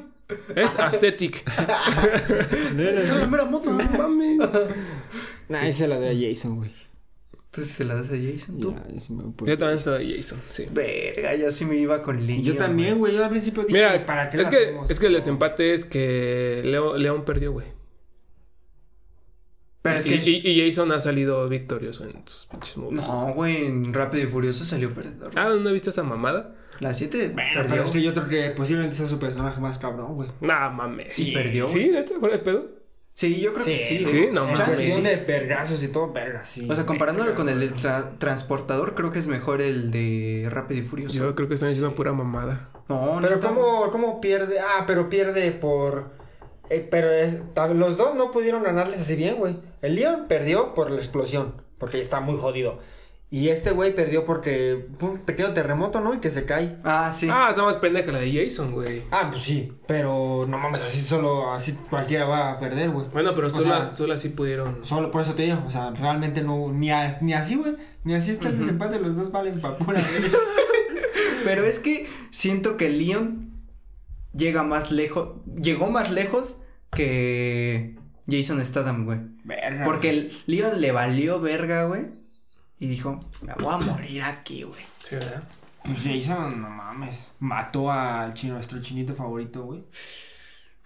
[SPEAKER 3] Es aesthetic.
[SPEAKER 1] Está la mera moda.
[SPEAKER 3] No mames.
[SPEAKER 2] nah, ahí se la doy a Jason, güey.
[SPEAKER 1] Entonces se la das a Jason, tú.
[SPEAKER 2] Ya, yo sí me voy por-
[SPEAKER 3] Yo también soy Jason, sí.
[SPEAKER 1] Verga, yo sí me iba con Leon.
[SPEAKER 2] Yo también, güey. Yo al principio dije,
[SPEAKER 3] Mira,
[SPEAKER 2] ¿para qué
[SPEAKER 3] es,
[SPEAKER 2] la
[SPEAKER 3] que,
[SPEAKER 2] hacemos?
[SPEAKER 3] es que el desempate es que Leo- León perdió, güey.
[SPEAKER 1] Pero es
[SPEAKER 3] Y,
[SPEAKER 1] que.
[SPEAKER 3] y- y Jason ha salido victorioso en sus pinches movies.
[SPEAKER 1] No, güey. En Rápido y Furioso salió perdedor.
[SPEAKER 3] Ah, ¿no viste esa mamada?
[SPEAKER 1] La 7
[SPEAKER 2] Bueno,
[SPEAKER 1] perdió.
[SPEAKER 2] pero es que yo creo que posiblemente sea su personaje más cabrón, güey.
[SPEAKER 3] Nah, mames.
[SPEAKER 1] Sí, perdió,
[SPEAKER 3] ¿Sí? ¿Neta? ¿Fuera de pedo?
[SPEAKER 1] Sí, yo creo que sí.
[SPEAKER 3] sí,
[SPEAKER 1] güey.
[SPEAKER 3] no
[SPEAKER 2] En
[SPEAKER 1] Chance,
[SPEAKER 2] cuestión
[SPEAKER 1] sí.
[SPEAKER 2] de vergazos y todo, vergas, sí.
[SPEAKER 1] O sea, comparándolo con el de tra- transportador, creo que es mejor el de Rápido y Furioso.
[SPEAKER 3] Yo creo que están diciendo pura mamada.
[SPEAKER 1] No,
[SPEAKER 2] Pero
[SPEAKER 1] neta.
[SPEAKER 2] ¿cómo, cómo pierde? Ah, pero pierde por... eh, pero es- ta- los dos no pudieron ganarles así bien, güey. El Leon perdió por la explosión, porque está muy jodido. Y este güey perdió porque fue un pequeño terremoto, ¿no? Y que se cae.
[SPEAKER 1] Ah, sí.
[SPEAKER 3] Ah, está más pendeja la de Jason, güey.
[SPEAKER 2] Ah, pues sí, pero no mames, así solo, así cualquiera va a perder, güey.
[SPEAKER 3] Bueno, pero
[SPEAKER 2] O
[SPEAKER 3] solo,
[SPEAKER 2] sea,
[SPEAKER 3] solo así pudieron.
[SPEAKER 2] Solo por eso te digo, o sea, realmente no, ni, a- ni así, güey, ni así está el desempate, los dos valen pa' pura verga.
[SPEAKER 1] Pero es que siento que Leon llega más lejos, llegó más lejos que Jason Statham, güey.
[SPEAKER 2] Verga.
[SPEAKER 1] Porque el Leon le valió verga, güey. Y dijo, me voy a morir aquí, güey.
[SPEAKER 3] Sí, ¿verdad?
[SPEAKER 2] Pues Jason, no mames. Mató al chino, nuestro chinito favorito, güey.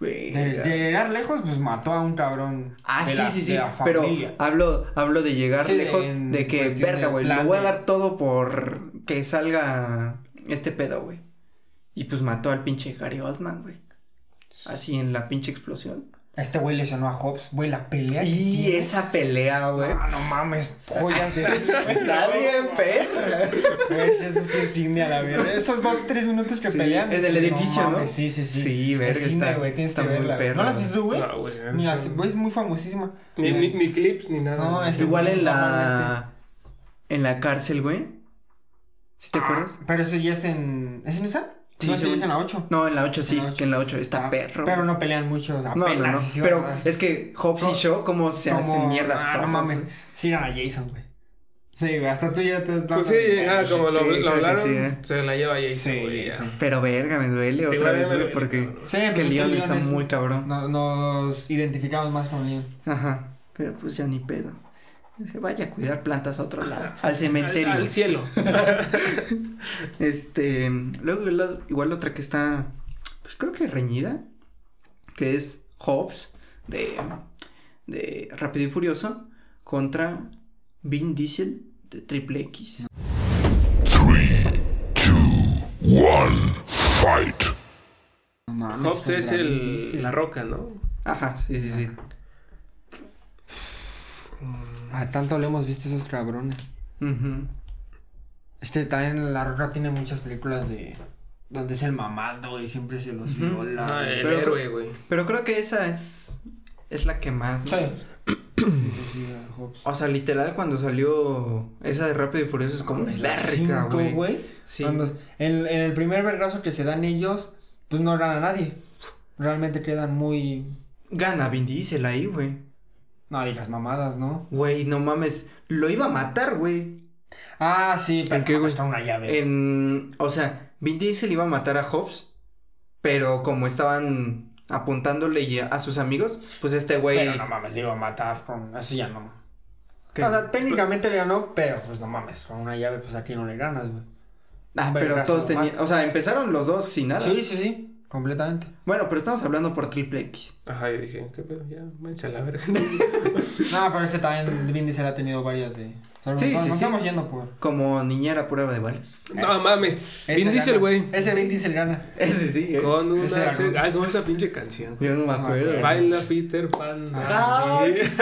[SPEAKER 2] De,
[SPEAKER 1] Verga.
[SPEAKER 2] de llegar lejos, pues mató a un cabrón.
[SPEAKER 1] Ah,
[SPEAKER 2] de
[SPEAKER 1] sí,
[SPEAKER 2] la-
[SPEAKER 1] sí,
[SPEAKER 2] de
[SPEAKER 1] sí.
[SPEAKER 2] la
[SPEAKER 1] Pero
[SPEAKER 2] familia.
[SPEAKER 1] hablo, hablo de llegar
[SPEAKER 2] Sí,
[SPEAKER 1] lejos
[SPEAKER 2] en
[SPEAKER 1] de que,
[SPEAKER 2] cuestión
[SPEAKER 1] verga,
[SPEAKER 2] de
[SPEAKER 1] güey,
[SPEAKER 2] plan
[SPEAKER 1] lo voy a
[SPEAKER 2] de-
[SPEAKER 1] dar todo por que salga este pedo, güey. Y pues mató al pinche Gary Oldman, güey. Así en la pinche explosión.
[SPEAKER 2] Este güey lesionó a Hobbs, güey, la pelea. que
[SPEAKER 1] Y
[SPEAKER 2] tiene.
[SPEAKER 1] esa pelea, güey.
[SPEAKER 2] Ah, pues no mames, joyas de cine.
[SPEAKER 1] Está bien, perra.
[SPEAKER 2] Güey, eso sí es cine a la verga. Esos dos, tres minutos que
[SPEAKER 1] Sí,
[SPEAKER 2] pelean.
[SPEAKER 1] es del
[SPEAKER 2] sí,
[SPEAKER 1] edificio, ¿no?
[SPEAKER 2] mames, Sí, sí, sí.
[SPEAKER 1] Sí,
[SPEAKER 2] Es
[SPEAKER 1] verga,
[SPEAKER 2] cine,
[SPEAKER 1] está-
[SPEAKER 2] güey, tienes
[SPEAKER 1] está
[SPEAKER 2] que
[SPEAKER 1] muy
[SPEAKER 2] verla.
[SPEAKER 1] perro,
[SPEAKER 2] ¿No las
[SPEAKER 1] güey.
[SPEAKER 2] viste, güey?
[SPEAKER 3] No, güey,
[SPEAKER 2] Ni
[SPEAKER 3] no
[SPEAKER 2] así,
[SPEAKER 3] sé.
[SPEAKER 2] güey, es muy famosísima. Eh,
[SPEAKER 3] Ni, ni- ni clips ni nada.
[SPEAKER 2] No, es-
[SPEAKER 1] Igual en la. En la cárcel, güey. ¿Sí te acuerdas?
[SPEAKER 2] ah, Pero eso ya es en. ¿Es en esa?
[SPEAKER 1] Sí,
[SPEAKER 2] no, eso ya
[SPEAKER 1] según-
[SPEAKER 2] es en la 8.
[SPEAKER 1] No, en la 8 sí,
[SPEAKER 2] En la ocho.
[SPEAKER 1] que en la 8 está
[SPEAKER 2] Ah,
[SPEAKER 1] perro.
[SPEAKER 2] Pero
[SPEAKER 1] güey.
[SPEAKER 2] no pelean mucho, o sea,
[SPEAKER 1] no, no,
[SPEAKER 2] apenas,
[SPEAKER 1] no.
[SPEAKER 2] sí, sí,
[SPEAKER 1] pero
[SPEAKER 2] ¿verdad?
[SPEAKER 1] es que Hobbs y
[SPEAKER 2] No.
[SPEAKER 1] Shaw, como se hacen
[SPEAKER 2] Como-
[SPEAKER 1] mierda.
[SPEAKER 2] Ah, no
[SPEAKER 1] todos,
[SPEAKER 2] mames.
[SPEAKER 1] güey.
[SPEAKER 2] Sí, era Jason, güey. Sí, güey, hasta tú ya te has dado.
[SPEAKER 3] Pues sí, ah, como lo,
[SPEAKER 1] Sí,
[SPEAKER 3] lo
[SPEAKER 1] creo que
[SPEAKER 3] hablaron,
[SPEAKER 1] sí, eh.
[SPEAKER 3] se la lleva Jason,
[SPEAKER 2] Sí,
[SPEAKER 3] güey, ya.
[SPEAKER 2] sí.
[SPEAKER 1] Pero verga, me duele otra
[SPEAKER 3] Igual me
[SPEAKER 1] vez, güey,
[SPEAKER 3] duele,
[SPEAKER 1] porque
[SPEAKER 3] cabrón.
[SPEAKER 2] Sí,
[SPEAKER 1] es que
[SPEAKER 2] pues
[SPEAKER 1] el
[SPEAKER 2] es que
[SPEAKER 1] Leon
[SPEAKER 2] el
[SPEAKER 1] está
[SPEAKER 2] Leon es-
[SPEAKER 1] muy cabrón.
[SPEAKER 2] No- nos identificamos más con Leon.
[SPEAKER 1] Ajá, pero pues ya ni pedo. Se vaya a cuidar plantas a otro lado, al cementerio.
[SPEAKER 3] Al, al cielo.
[SPEAKER 1] Este, luego igual- igual otra que está, pues creo que reñida, que es Hobbs de, de Rápido y Furioso contra Vin Diesel de Triple X.
[SPEAKER 4] One fight.
[SPEAKER 2] No mames,
[SPEAKER 3] Hobbs es
[SPEAKER 2] contra Vin
[SPEAKER 3] el,
[SPEAKER 2] Diesel.
[SPEAKER 3] la roca, ¿no?
[SPEAKER 1] Ajá, sí, sí, sí. Ah,
[SPEAKER 2] A tanto le hemos visto a esos cabrones.
[SPEAKER 1] Ujú.
[SPEAKER 2] Este también La Roca tiene muchas películas de. Donde es el mamado y siempre se los
[SPEAKER 1] Ujú.
[SPEAKER 2] viola.
[SPEAKER 3] Ah, el
[SPEAKER 1] Pero-
[SPEAKER 3] héroe, güey.
[SPEAKER 1] Pero creo que esa es, es la que más... ¿no?
[SPEAKER 2] Sí. Sí, sí, sí, Hobbs.
[SPEAKER 1] O sea, literal, cuando salió esa de Rápido y Furioso es como...
[SPEAKER 2] Mames, la
[SPEAKER 1] Verga,
[SPEAKER 2] cinco,
[SPEAKER 1] güey.
[SPEAKER 2] güey.
[SPEAKER 1] Sí.
[SPEAKER 2] Cuando- en, en el primer vergazo que se dan ellos, pues no ganan a nadie. Realmente quedan muy.
[SPEAKER 1] Gana Vin Diesel ahí, güey.
[SPEAKER 2] No, y las mamadas, ¿no?
[SPEAKER 1] Güey, no mames. Lo iba a matar, güey.
[SPEAKER 2] Ah, sí, pero
[SPEAKER 3] ¿En qué, güey?
[SPEAKER 2] está una llave.
[SPEAKER 1] En, o sea, Vin Diesel iba a matar a Hobbs, pero como estaban apuntándole y a, a sus amigos, pues este güey...
[SPEAKER 2] Pero no mames, le iba a matar con. Eso ya no.
[SPEAKER 1] que-
[SPEAKER 2] O sea, técnicamente le ganó, pero pues no mames, con una llave, pues aquí no le ganas, güey.
[SPEAKER 1] Ah, pero
[SPEAKER 2] vergazo,
[SPEAKER 1] todos tenían...
[SPEAKER 2] mata.
[SPEAKER 1] O sea, empezaron los dos sin nada.
[SPEAKER 2] Sí, sí, sí, completamente.
[SPEAKER 1] Bueno, pero estamos hablando por Triple X.
[SPEAKER 3] Ajá, yo dije, qué pedo, ya, váyanse a la verga.
[SPEAKER 2] No, pero este también Vin Diesel ha tenido varias de. O sea,
[SPEAKER 1] Sí,
[SPEAKER 2] nos-
[SPEAKER 1] sí,
[SPEAKER 2] nos
[SPEAKER 1] sí.
[SPEAKER 2] estamos yendo por.
[SPEAKER 1] Como niñera prueba de balas.
[SPEAKER 3] no mames. Vin
[SPEAKER 2] Ese
[SPEAKER 3] Diesel,
[SPEAKER 2] gana.
[SPEAKER 3] güey.
[SPEAKER 2] Ese Vin Diesel gana.
[SPEAKER 1] Ese sí, eh.
[SPEAKER 3] Con una.
[SPEAKER 2] Ese era,
[SPEAKER 3] se-
[SPEAKER 2] ¿no?
[SPEAKER 3] Ay, con esa pinche canción.
[SPEAKER 1] Yo no me acuerdo.
[SPEAKER 2] acuerdo.
[SPEAKER 3] Baila Peter Pan.
[SPEAKER 1] Ah, sí es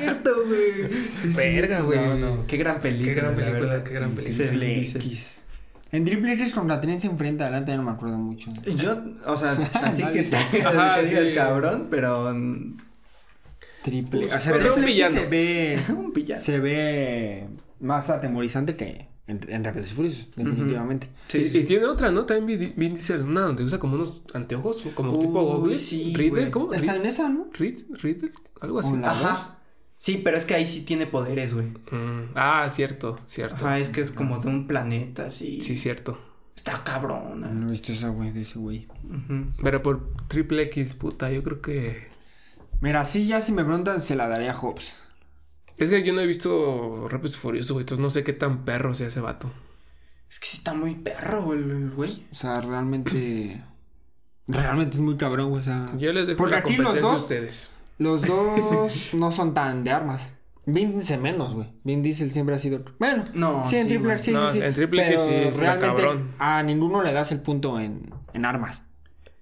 [SPEAKER 1] cierto, güey. Sí,
[SPEAKER 3] Verga,
[SPEAKER 1] sí.
[SPEAKER 3] güey.
[SPEAKER 1] No, no. Qué gran película.
[SPEAKER 3] Qué gran
[SPEAKER 1] la
[SPEAKER 3] película,
[SPEAKER 1] verdad.
[SPEAKER 3] qué gran película.
[SPEAKER 1] Ese Vin
[SPEAKER 2] Triple
[SPEAKER 1] Diesel.
[SPEAKER 2] X. En Triple X contra Tenen se enfrenta, adelante, no me acuerdo mucho.
[SPEAKER 1] Yo, o sea, así
[SPEAKER 2] No
[SPEAKER 1] que,
[SPEAKER 2] dice.
[SPEAKER 3] Ajá,
[SPEAKER 1] que digas
[SPEAKER 3] sí.
[SPEAKER 1] cabrón, pero mm,
[SPEAKER 2] Triple X. O sea,
[SPEAKER 3] Pero es un
[SPEAKER 2] Triple X se
[SPEAKER 3] villano.
[SPEAKER 2] ve.
[SPEAKER 1] un villano.
[SPEAKER 2] Se ve más atemorizante que en, en Rápidos y Furiosos, definitivamente.
[SPEAKER 3] Y, y tiene otra, ¿no? También Vin, Vin Diesel, una donde usa como unos anteojos, como
[SPEAKER 1] Uy,
[SPEAKER 3] tipo Google.
[SPEAKER 1] sí, güey.
[SPEAKER 3] Riddle, ¿cómo?
[SPEAKER 2] Está
[SPEAKER 3] Rid-
[SPEAKER 2] en esa, ¿no?
[SPEAKER 3] Rid- Riddle, algo así.
[SPEAKER 2] Hola.
[SPEAKER 1] Ajá. Sí, pero es que ahí sí tiene poderes, güey.
[SPEAKER 3] Mm, ah, cierto, cierto.
[SPEAKER 1] Ajá, es que es como de un planeta, así.
[SPEAKER 3] Sí, cierto.
[SPEAKER 1] Está cabrona.
[SPEAKER 2] Ah, No he visto esa, güey, de ese güey.
[SPEAKER 1] Ujú.
[SPEAKER 3] Pero por Triple X, puta, yo creo que.
[SPEAKER 2] Mira, sí, ya si me preguntan, se la daría a Hobbs.
[SPEAKER 3] Es que yo no he visto Rápidos y Furiosos, güey. Entonces no sé qué tan perro sea ese vato.
[SPEAKER 1] Es que sí está muy perro el el güey.
[SPEAKER 2] O sea, realmente. Realmente es muy cabrón, güey. O sea,
[SPEAKER 3] Yo les dejo
[SPEAKER 2] Porque
[SPEAKER 3] la
[SPEAKER 2] aquí los
[SPEAKER 3] competencia a
[SPEAKER 2] dos-
[SPEAKER 3] ustedes.
[SPEAKER 2] los dos no son tan de armas. Vin Diesel menos, güey. Vin Diesel siempre ha sido. Bueno,
[SPEAKER 1] No,
[SPEAKER 2] sí, en
[SPEAKER 1] sí,
[SPEAKER 2] Triple
[SPEAKER 1] güey.
[SPEAKER 2] X sí,
[SPEAKER 3] No,
[SPEAKER 2] sí, sí.
[SPEAKER 3] en Triple X
[SPEAKER 2] pero
[SPEAKER 3] sí está
[SPEAKER 2] realmente
[SPEAKER 3] cabrón.
[SPEAKER 2] A ninguno le das el punto en, en armas.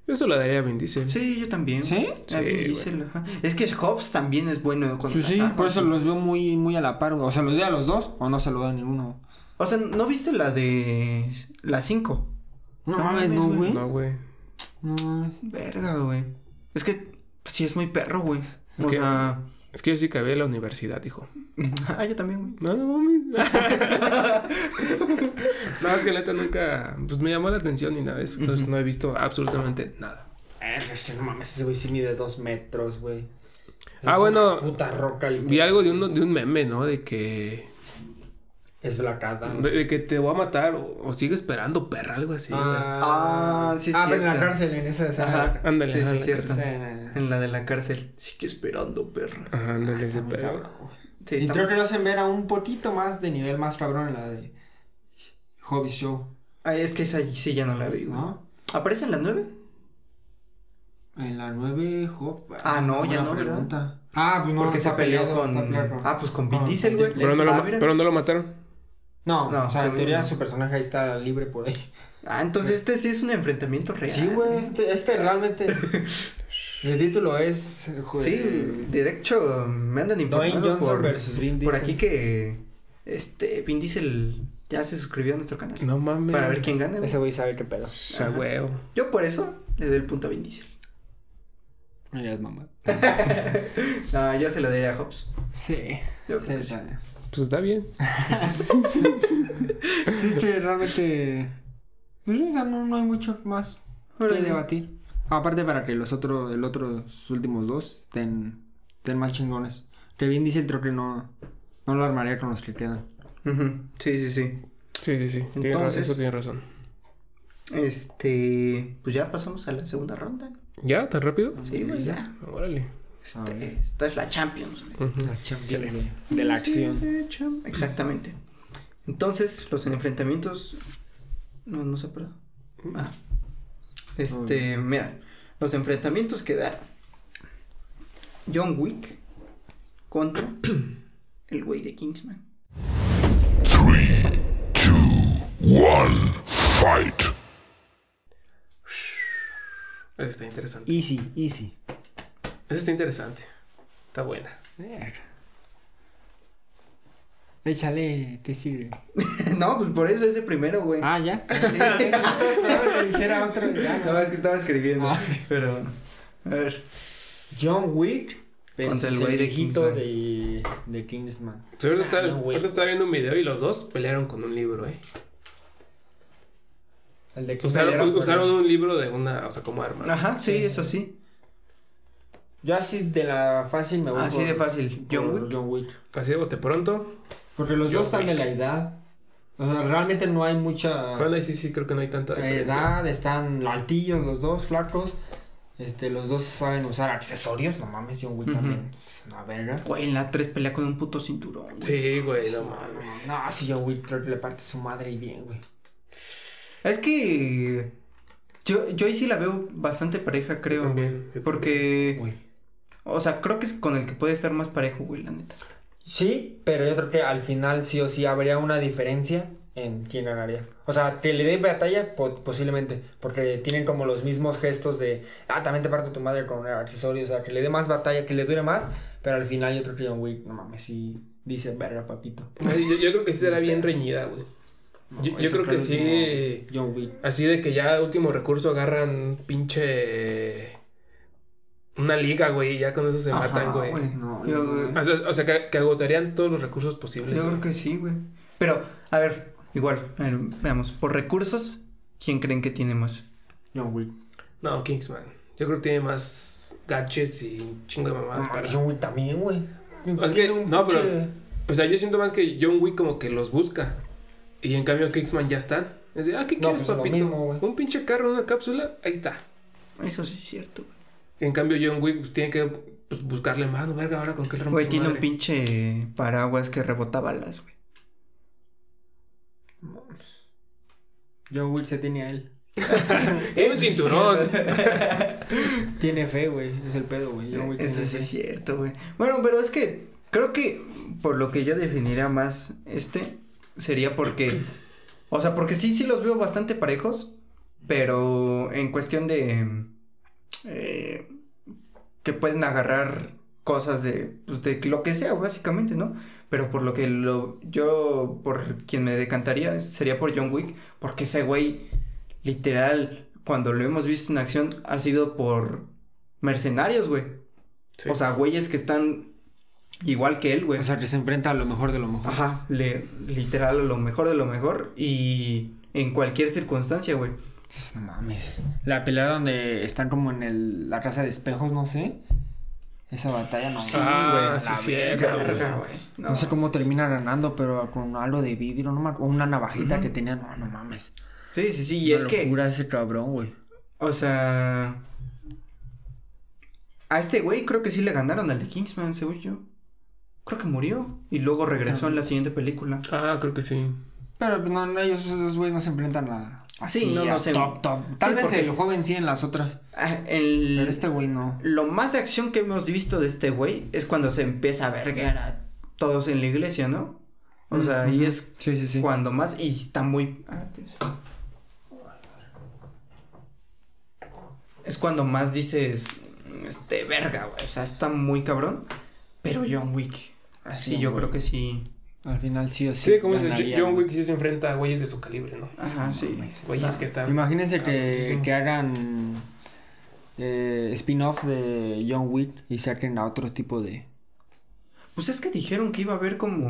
[SPEAKER 3] Yo se lo daría a Vin Diesel.
[SPEAKER 1] Sí, yo también.
[SPEAKER 2] ¿Sí?
[SPEAKER 1] A Vin
[SPEAKER 3] Sí,
[SPEAKER 1] Diesel, ajá. Es que Hobbs también es bueno con
[SPEAKER 2] Pues
[SPEAKER 1] las
[SPEAKER 2] sí,
[SPEAKER 1] armas,
[SPEAKER 2] por eso
[SPEAKER 1] güey.
[SPEAKER 2] los veo muy, muy a la par, güey. O sea, los doy a los dos o no se lo doy a ninguno.
[SPEAKER 1] O sea, ¿no viste la de la 5?
[SPEAKER 2] No
[SPEAKER 1] No
[SPEAKER 2] mames,
[SPEAKER 1] mames,
[SPEAKER 2] no,
[SPEAKER 1] güey.
[SPEAKER 2] güey.
[SPEAKER 3] No, güey.
[SPEAKER 2] No mames.
[SPEAKER 1] Verga, güey. Es que pues, sí es muy perro, güey.
[SPEAKER 3] Es
[SPEAKER 1] o
[SPEAKER 3] que-
[SPEAKER 1] sea,
[SPEAKER 3] Es que yo sí acabé la universidad, hijo.
[SPEAKER 1] ah, yo también, güey.
[SPEAKER 3] No, no mames. no, es que la neta nunca. Pues me llamó la atención ni nada de eso. Entonces no he visto absolutamente nada.
[SPEAKER 2] Eh, Es que no mames, ese güey sí mide dos metros, güey.
[SPEAKER 3] Ah,
[SPEAKER 2] Es
[SPEAKER 3] bueno,
[SPEAKER 2] una Puta roca, literal.
[SPEAKER 3] Vi algo de un, de un meme, ¿no? De que.
[SPEAKER 2] Es blacada.
[SPEAKER 3] De, de que te voy a matar o, o sigue esperando, perra, algo así. güey.
[SPEAKER 1] Ah, sí, es
[SPEAKER 2] Ah, pero en la
[SPEAKER 1] cierto.
[SPEAKER 2] cárcel, en esa de
[SPEAKER 1] Ajá. Ah,
[SPEAKER 3] Ándale,
[SPEAKER 1] Sí, sí,
[SPEAKER 3] ándale,
[SPEAKER 1] es cierto.
[SPEAKER 2] Sí, no, no.
[SPEAKER 1] En la de la cárcel. Sí que esperando, perra.
[SPEAKER 3] Ajá, ándale, ese
[SPEAKER 1] Ah,
[SPEAKER 2] Está muy
[SPEAKER 3] pedo.
[SPEAKER 2] cabrón, güey.
[SPEAKER 1] Sí,
[SPEAKER 2] y
[SPEAKER 1] está
[SPEAKER 2] creo que lo hacen ver a un poquito más de nivel más cabrón en la de Hobby Show,
[SPEAKER 1] Ah, es que esa sí ya no la vi, güey.
[SPEAKER 2] ¿no?
[SPEAKER 1] ¿Aparece en las nueve?
[SPEAKER 2] En la 9, Hop.
[SPEAKER 1] Ah, no, ya
[SPEAKER 2] buena
[SPEAKER 1] no, ¿verdad?
[SPEAKER 2] pregunta. Ah, pues no,
[SPEAKER 1] Porque se
[SPEAKER 2] está
[SPEAKER 1] peleó
[SPEAKER 2] peleado,
[SPEAKER 1] con...
[SPEAKER 2] está peleado.
[SPEAKER 1] Ah, pues con
[SPEAKER 2] Ah,
[SPEAKER 1] Vin
[SPEAKER 2] con
[SPEAKER 1] Diesel,
[SPEAKER 2] Vin
[SPEAKER 1] güey.
[SPEAKER 3] Pero no, lo,
[SPEAKER 1] ah,
[SPEAKER 3] ma-
[SPEAKER 1] mira.
[SPEAKER 3] pero no lo mataron.
[SPEAKER 2] No,
[SPEAKER 1] No,
[SPEAKER 2] o sea, en
[SPEAKER 1] según
[SPEAKER 2] teoría
[SPEAKER 1] no.
[SPEAKER 2] su personaje ahí está libre por ahí.
[SPEAKER 1] Ah, entonces este sí es un enfrentamiento real.
[SPEAKER 2] Sí, güey, este, este realmente. el título es. joder,
[SPEAKER 1] Sí, directo me andan
[SPEAKER 2] Dwayne
[SPEAKER 1] informando
[SPEAKER 2] Johnson
[SPEAKER 1] por,
[SPEAKER 2] versus Vin Diesel.
[SPEAKER 1] por aquí que este Vin Diesel ya se suscribió a nuestro canal
[SPEAKER 3] No mames.
[SPEAKER 1] para ver quién gana. güey.
[SPEAKER 2] Ese güey sabe qué pedo.
[SPEAKER 3] O sea, huevo.
[SPEAKER 1] Yo por eso le doy el punto a Vin Diesel.
[SPEAKER 2] Ya es mamá.
[SPEAKER 1] No, yo se lo daría a Hobbs.
[SPEAKER 2] Sí.
[SPEAKER 1] Yo creo que sí.
[SPEAKER 3] Pues está bien.
[SPEAKER 2] Sí, es que realmente. pues, o sea, no, no hay mucho más que
[SPEAKER 1] Órale.
[SPEAKER 2] debatir. Aparte para que los otros, el otros últimos dos estén, estén más chingones. Que bien dice el troque no, no lo armaría con los que quedan.
[SPEAKER 1] Ujú, Sí, sí, sí.
[SPEAKER 3] Sí, sí, sí. tiene ra-
[SPEAKER 1] Entonces-
[SPEAKER 3] eso tiene razón.
[SPEAKER 1] Este, pues ya pasamos a la segunda ronda.
[SPEAKER 3] ¿Ya? ¿Tan rápido?
[SPEAKER 1] Sí, pues
[SPEAKER 2] ya.
[SPEAKER 1] ya.
[SPEAKER 3] Órale.
[SPEAKER 1] Este, esta es la Champions. güey.
[SPEAKER 3] Ujú.
[SPEAKER 2] La Champions de, de la acción.
[SPEAKER 1] Exactamente. Entonces, los enfrentamientos. No, no se acuerda. Ah. Este, mira. Los enfrentamientos quedaron. John Wick contra el güey de Kingsman.
[SPEAKER 4] Three, two, one, fight.
[SPEAKER 3] Eso está interesante.
[SPEAKER 2] Easy, easy.
[SPEAKER 3] Eso está interesante. Está buena.
[SPEAKER 2] Verga. Échale, ¿qué sirve?
[SPEAKER 1] no, pues por eso ese primero, güey.
[SPEAKER 2] Ah, ya.
[SPEAKER 1] No, es que estaba escribiendo.
[SPEAKER 2] Ah.
[SPEAKER 1] Pero. A ver.
[SPEAKER 2] John Wick
[SPEAKER 1] Contra
[SPEAKER 2] contra
[SPEAKER 1] el
[SPEAKER 2] el
[SPEAKER 1] güey de Kingsman.
[SPEAKER 2] viejito de, de Kingsman.
[SPEAKER 3] Pues ahorita, estaba,
[SPEAKER 2] no, güey.
[SPEAKER 3] ahorita estaba viendo un video y los dos pelearon con un libro, eh.
[SPEAKER 2] El de Kingsman.
[SPEAKER 3] Usaron,
[SPEAKER 1] Pelearon con-
[SPEAKER 3] usaron un libro de una, o sea, como arma.
[SPEAKER 1] Ajá, sí, eso sí.
[SPEAKER 2] Yo así de la fácil me voy
[SPEAKER 1] Así
[SPEAKER 2] por-
[SPEAKER 1] de fácil. John
[SPEAKER 2] por
[SPEAKER 1] Wick.
[SPEAKER 2] John Wick.
[SPEAKER 3] Así de bote pronto.
[SPEAKER 2] Porque los
[SPEAKER 3] John
[SPEAKER 2] dos están
[SPEAKER 3] Wick.
[SPEAKER 2] de la edad. O sea, realmente no hay mucha eh,
[SPEAKER 3] Fan, ahí sí, sí, creo que no hay tanta diferencia.
[SPEAKER 2] edad. Están altillos los dos, flacos. Este, los dos saben usar accesorios. No mames, John Wick
[SPEAKER 1] Ujú.
[SPEAKER 2] también es una verga.
[SPEAKER 1] Güey, en la 3 pelea con un puto cinturón. güey.
[SPEAKER 3] Sí, güey, no mames.
[SPEAKER 2] No, si John Wick creo que le parte su madre y bien, güey.
[SPEAKER 1] Es que yo, yo ahí sí la veo bastante pareja, creo,
[SPEAKER 3] Yo
[SPEAKER 1] güey.
[SPEAKER 3] también, yo
[SPEAKER 1] Porque,
[SPEAKER 2] Güey.
[SPEAKER 1] o sea, creo que es con el que puede estar más parejo, güey, la neta.
[SPEAKER 2] Sí, pero yo creo que al final sí o sí habría una diferencia en quién ganaría. O sea, que le dé batalla po- posiblemente, porque tienen como los mismos gestos de, ah, también te parto tu madre con accesorios, o sea, que le dé más batalla, que le dure más, pero al final yo creo que John Wick, no mames, sí dice, verga, papito.
[SPEAKER 3] Ay, Yo, yo creo que sí será bien reñida, güey. Yo, yo creo que sí.
[SPEAKER 2] John Wick.
[SPEAKER 3] Así de que ya último recurso agarran pinche. Una liga, güey, y ya con eso se
[SPEAKER 1] Ajá,
[SPEAKER 3] matan, güey.
[SPEAKER 2] No,
[SPEAKER 1] yo,
[SPEAKER 2] no,
[SPEAKER 1] güey,
[SPEAKER 3] O sea, o sea, que, que agotarían todos los recursos posibles.
[SPEAKER 1] yo creo
[SPEAKER 3] güey.
[SPEAKER 1] que sí, güey. Pero, a ver, igual, a ver, veamos, por recursos, ¿quién creen que tiene más?
[SPEAKER 2] John Wick.
[SPEAKER 3] No, Kingsman. Yo creo que tiene más gadgets y un chingo de
[SPEAKER 2] No
[SPEAKER 3] mamadas
[SPEAKER 2] mames,
[SPEAKER 3] para.
[SPEAKER 2] John Wick también, güey.
[SPEAKER 3] Ah, Es que-
[SPEAKER 2] Tiene un
[SPEAKER 3] no, pero-
[SPEAKER 2] pinche-
[SPEAKER 3] O sea, yo siento más que John Wick como que los busca. Y en cambio Kingsman ya están. Es de, ah, ¿qué
[SPEAKER 2] No,
[SPEAKER 3] quieres,
[SPEAKER 2] pues, lo
[SPEAKER 3] papito?
[SPEAKER 2] mismo, güey.
[SPEAKER 3] Un pinche carro, una cápsula, ahí está.
[SPEAKER 1] Eso sí es cierto, güey.
[SPEAKER 3] En cambio John Wick pues, tiene que pues, buscarle más, no verga, ahora con qué le rompo
[SPEAKER 1] Güey,
[SPEAKER 3] su
[SPEAKER 1] tiene un
[SPEAKER 3] madre.
[SPEAKER 1] pinche paraguas que rebota balas, güey.
[SPEAKER 2] John Wick se tiene a él.
[SPEAKER 3] Tiene un cinturón.
[SPEAKER 2] Tiene fe, güey. Es el pedo, güey.
[SPEAKER 3] Eh,
[SPEAKER 2] John Wick
[SPEAKER 1] Eso
[SPEAKER 2] tiene
[SPEAKER 1] sí
[SPEAKER 2] fe.
[SPEAKER 1] es cierto, güey. Bueno, pero es que creo que por lo que yo definiría más este sería porque, o sea, porque sí, sí los veo bastante parejos, pero en cuestión de eh, que pueden agarrar cosas de, pues, de lo que sea, básicamente, ¿no? Pero por lo que lo, yo, por quien me decantaría sería por John Wick, porque ese güey, literal, cuando lo hemos visto en acción, ha sido por mercenarios, güey.
[SPEAKER 3] Sí.
[SPEAKER 1] O sea, güeyes que están igual que él, güey.
[SPEAKER 2] O sea, que se enfrenta a lo mejor de lo mejor.
[SPEAKER 1] Ajá, le, literal, a lo mejor de lo mejor y en cualquier circunstancia, güey.
[SPEAKER 2] No mames. La pelea donde están como en el, la casa de espejos, no sé. Esa batalla no
[SPEAKER 1] Sí,
[SPEAKER 3] ah,
[SPEAKER 1] güey,
[SPEAKER 3] sí,
[SPEAKER 1] la
[SPEAKER 3] cierto, güey.
[SPEAKER 1] Verga, güey.
[SPEAKER 2] No, sé cómo termina ganando, pero con algo de vidrio, no me acu- una navajita que tenía. No, no mames.
[SPEAKER 1] Sí, sí, sí, y
[SPEAKER 2] Una
[SPEAKER 1] es que...
[SPEAKER 2] locura ese cabrón, güey.
[SPEAKER 1] O sea. A este güey creo que sí le ganaron al de Kingsman, según yo. Creo que murió. Y luego regresó en la siguiente película.
[SPEAKER 3] Ah, creo que sí.
[SPEAKER 2] Pero no, no, ellos esos dos güeyes no se enfrentan a.
[SPEAKER 1] Sí, no, no
[SPEAKER 2] a
[SPEAKER 1] se-
[SPEAKER 2] Top, top. Tal
[SPEAKER 1] Sí,
[SPEAKER 2] vez
[SPEAKER 1] porque-
[SPEAKER 2] el joven sí en las otras.
[SPEAKER 1] Ah, el-
[SPEAKER 2] Pero este güey no.
[SPEAKER 1] Lo más de acción que hemos visto de este güey es cuando se empieza a verguear a todos en la iglesia, ¿no? O sea, y es
[SPEAKER 2] Sí, sí, sí.
[SPEAKER 1] cuando más. Y está muy. ah, pues. Es cuando más dices. Este, verga, güey. O sea, está muy cabrón. Pero John Wick.
[SPEAKER 2] Así,
[SPEAKER 1] Sí, yo
[SPEAKER 2] güey.
[SPEAKER 1] creo que sí.
[SPEAKER 2] Al final sí o sí.
[SPEAKER 3] Sí, como dices,
[SPEAKER 2] ganaría,
[SPEAKER 3] John
[SPEAKER 2] güey.
[SPEAKER 3] Wick sí se enfrenta a güeyes de su calibre, ¿no?
[SPEAKER 1] Ajá, sí.
[SPEAKER 2] mames.
[SPEAKER 3] Güeyes que están...
[SPEAKER 2] Imagínense
[SPEAKER 3] Ah,
[SPEAKER 2] que,
[SPEAKER 3] muchísimos.
[SPEAKER 2] que hagan eh, spin-off de John Wick y saquen a otro tipo de.
[SPEAKER 1] Pues es que dijeron que iba a haber como.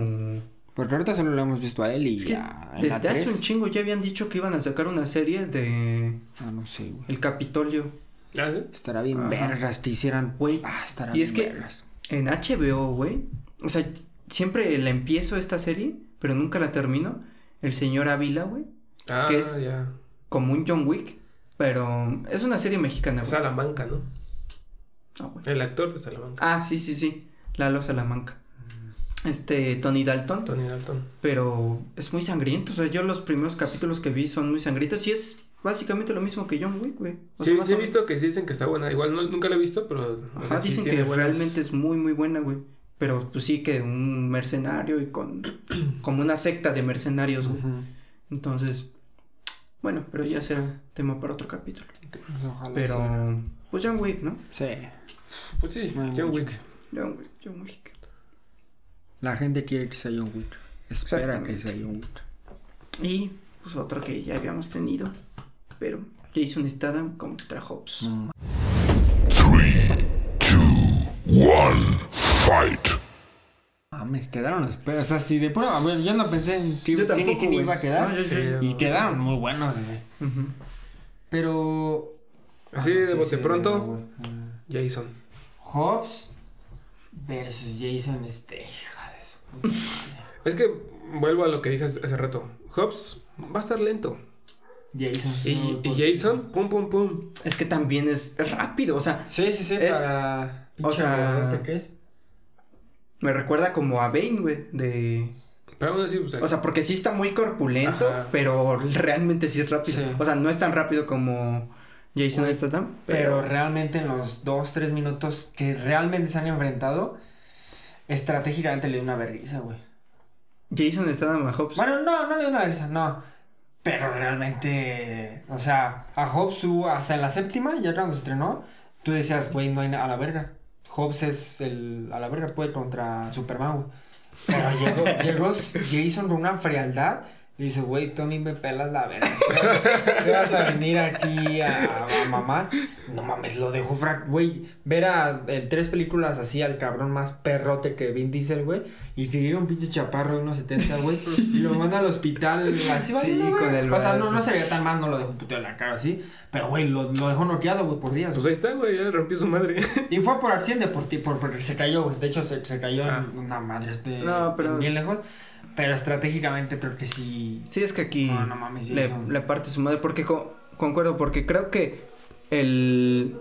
[SPEAKER 2] Porque pues ahorita solo lo hemos visto a él y
[SPEAKER 1] Es que
[SPEAKER 2] a- en la
[SPEAKER 1] desde hace
[SPEAKER 2] tres.
[SPEAKER 1] un chingo ya habían dicho que iban a sacar una serie de
[SPEAKER 2] Ah, no sé, güey.
[SPEAKER 1] El Capitolio.
[SPEAKER 3] Ah, ¿sí?
[SPEAKER 2] Estará bien
[SPEAKER 1] Ajá.
[SPEAKER 2] vergas que hicieran.
[SPEAKER 1] Güey,
[SPEAKER 2] Ah, estará
[SPEAKER 1] y es
[SPEAKER 2] bien
[SPEAKER 1] que-
[SPEAKER 2] vergas.
[SPEAKER 1] En HBO, güey. O sea, siempre la empiezo esta serie pero nunca la termino. El señor Ávila, güey.
[SPEAKER 3] Ah,
[SPEAKER 1] ¿Qué es?
[SPEAKER 3] ya.
[SPEAKER 1] Como un John Wick, pero es una serie mexicana, güey.
[SPEAKER 3] Salamanca, ¿no?
[SPEAKER 1] Ah, güey.
[SPEAKER 3] El actor de Salamanca.
[SPEAKER 1] Ah, sí, sí, sí. Lalo Salamanca. Este, Tony Dalton.
[SPEAKER 3] Mm. Tony Dalton.
[SPEAKER 1] Pero es muy sangriento. O sea, yo los primeros capítulos que vi son muy sangrientos. Y es básicamente lo mismo que John Wick, güey. O sea,
[SPEAKER 3] Sí,
[SPEAKER 1] más
[SPEAKER 3] sí he
[SPEAKER 1] o-
[SPEAKER 3] visto que sí dicen que está buena. Igual no- nunca la he visto, pero. o
[SPEAKER 1] Ajá,
[SPEAKER 3] sea, sí
[SPEAKER 1] dicen
[SPEAKER 3] tiene
[SPEAKER 1] que
[SPEAKER 3] buenas-
[SPEAKER 1] realmente es muy, muy buena, güey. Pero pues sí que un mercenario y con. como una secta de mercenarios, güey. Entonces. Bueno, pero ya será tema para otro capítulo.
[SPEAKER 2] Ojalá sea.
[SPEAKER 1] Pero. Pues John Wick, ¿no?
[SPEAKER 2] Sí.
[SPEAKER 3] Pues sí,
[SPEAKER 2] No hay
[SPEAKER 3] John
[SPEAKER 2] mucho.
[SPEAKER 3] Wick.
[SPEAKER 1] John Wick, John Wick.
[SPEAKER 2] La gente quiere que sea John Wick. Espera que
[SPEAKER 1] Exactamente.
[SPEAKER 2] sea John Wick.
[SPEAKER 1] Y pues otro que ya habíamos tenido. Pero Jason Statham contra Hobbs.
[SPEAKER 2] No ma-
[SPEAKER 4] Three, two, one, fight.
[SPEAKER 2] Mames, quedaron los pedos. O sea, si de prueba, güey, yo no pensé en quién,
[SPEAKER 1] Yo
[SPEAKER 2] quién y
[SPEAKER 1] tampoco,
[SPEAKER 2] quién
[SPEAKER 1] güey.
[SPEAKER 2] iba a quedar.
[SPEAKER 1] No, yo- yo-
[SPEAKER 2] y quedaron muy buenos, güey.
[SPEAKER 1] Ujú.
[SPEAKER 2] Pero.
[SPEAKER 3] Así
[SPEAKER 2] Ah,
[SPEAKER 3] de
[SPEAKER 2] sí,
[SPEAKER 3] bote
[SPEAKER 2] sí,
[SPEAKER 3] pronto,
[SPEAKER 2] güey. Ah.
[SPEAKER 3] Jason.
[SPEAKER 2] Hobbs versus Jason, este. Hija de su puta madre.
[SPEAKER 3] Es que vuelvo a lo que dije hace hace rato. Hobbs va a estar lento.
[SPEAKER 2] Jason.
[SPEAKER 3] Y,
[SPEAKER 2] sí,
[SPEAKER 3] y
[SPEAKER 2] por-
[SPEAKER 1] pues,
[SPEAKER 3] Jason, pum, pum, pum.
[SPEAKER 1] Es que también es rápido, o sea,
[SPEAKER 2] Sí, sí, sí,
[SPEAKER 1] Eh,
[SPEAKER 2] para.
[SPEAKER 1] o sea-
[SPEAKER 2] pinche ¿Te crees?
[SPEAKER 1] me recuerda como a Bane, güey, de...
[SPEAKER 3] Pero aún así, pues,
[SPEAKER 1] O sea, porque sí está muy corpulento,
[SPEAKER 3] Ajá.
[SPEAKER 1] pero realmente sí es rápido.
[SPEAKER 2] Sí.
[SPEAKER 1] O sea, no es tan rápido como Jason Statham,
[SPEAKER 2] Pero
[SPEAKER 1] pero...
[SPEAKER 2] realmente en los dos, tres minutos que realmente se han enfrentado, estratégicamente le dio una berriza, güey.
[SPEAKER 1] Jason Statham a Hobbs.
[SPEAKER 2] Bueno, no, no le dio una berriza, no. Pero realmente, o sea, a Hobbs hubo- hasta en la séptima, ya cuando se estrenó, tú decías, güey, no hay na- a la verga. Hobbs es el a la verga, puede contra Superman, güey. Pero llegó, llegó Jason con una frialdad y dice, güey, tú a mí me pelas la verga. ¿Te vas a venir aquí a, a mamar? No mames, lo dejó frac... Güey, ver a en tres películas así al cabrón más perrote que Vin Diesel, güey. Y que llega un pinche chaparro de unos 70, güey. Y lo manda al hospital así,
[SPEAKER 1] Sí,
[SPEAKER 2] valiendo,
[SPEAKER 1] con
[SPEAKER 2] güey.
[SPEAKER 1] el
[SPEAKER 2] O sea, no,
[SPEAKER 1] brazo.
[SPEAKER 2] no se veía tan mal, no lo dejó puteado en la cara así. Pero, güey, lo, lo dejó noqueado, güey, por días.
[SPEAKER 3] pues
[SPEAKER 2] güey.
[SPEAKER 3] ahí está, güey. Ya le rompió su madre.
[SPEAKER 2] Y fue por accidente, por ti, por, porque se cayó, güey. De hecho, se, se cayó
[SPEAKER 3] Ah.
[SPEAKER 2] en una madre este...
[SPEAKER 1] No, pero-
[SPEAKER 2] Bien lejos. Pero estratégicamente creo que sí...
[SPEAKER 1] Sí, es que aquí
[SPEAKER 2] No, no mames,
[SPEAKER 1] le,
[SPEAKER 2] Jason.
[SPEAKER 1] le parte su madre, porque co- concuerdo, porque creo que el...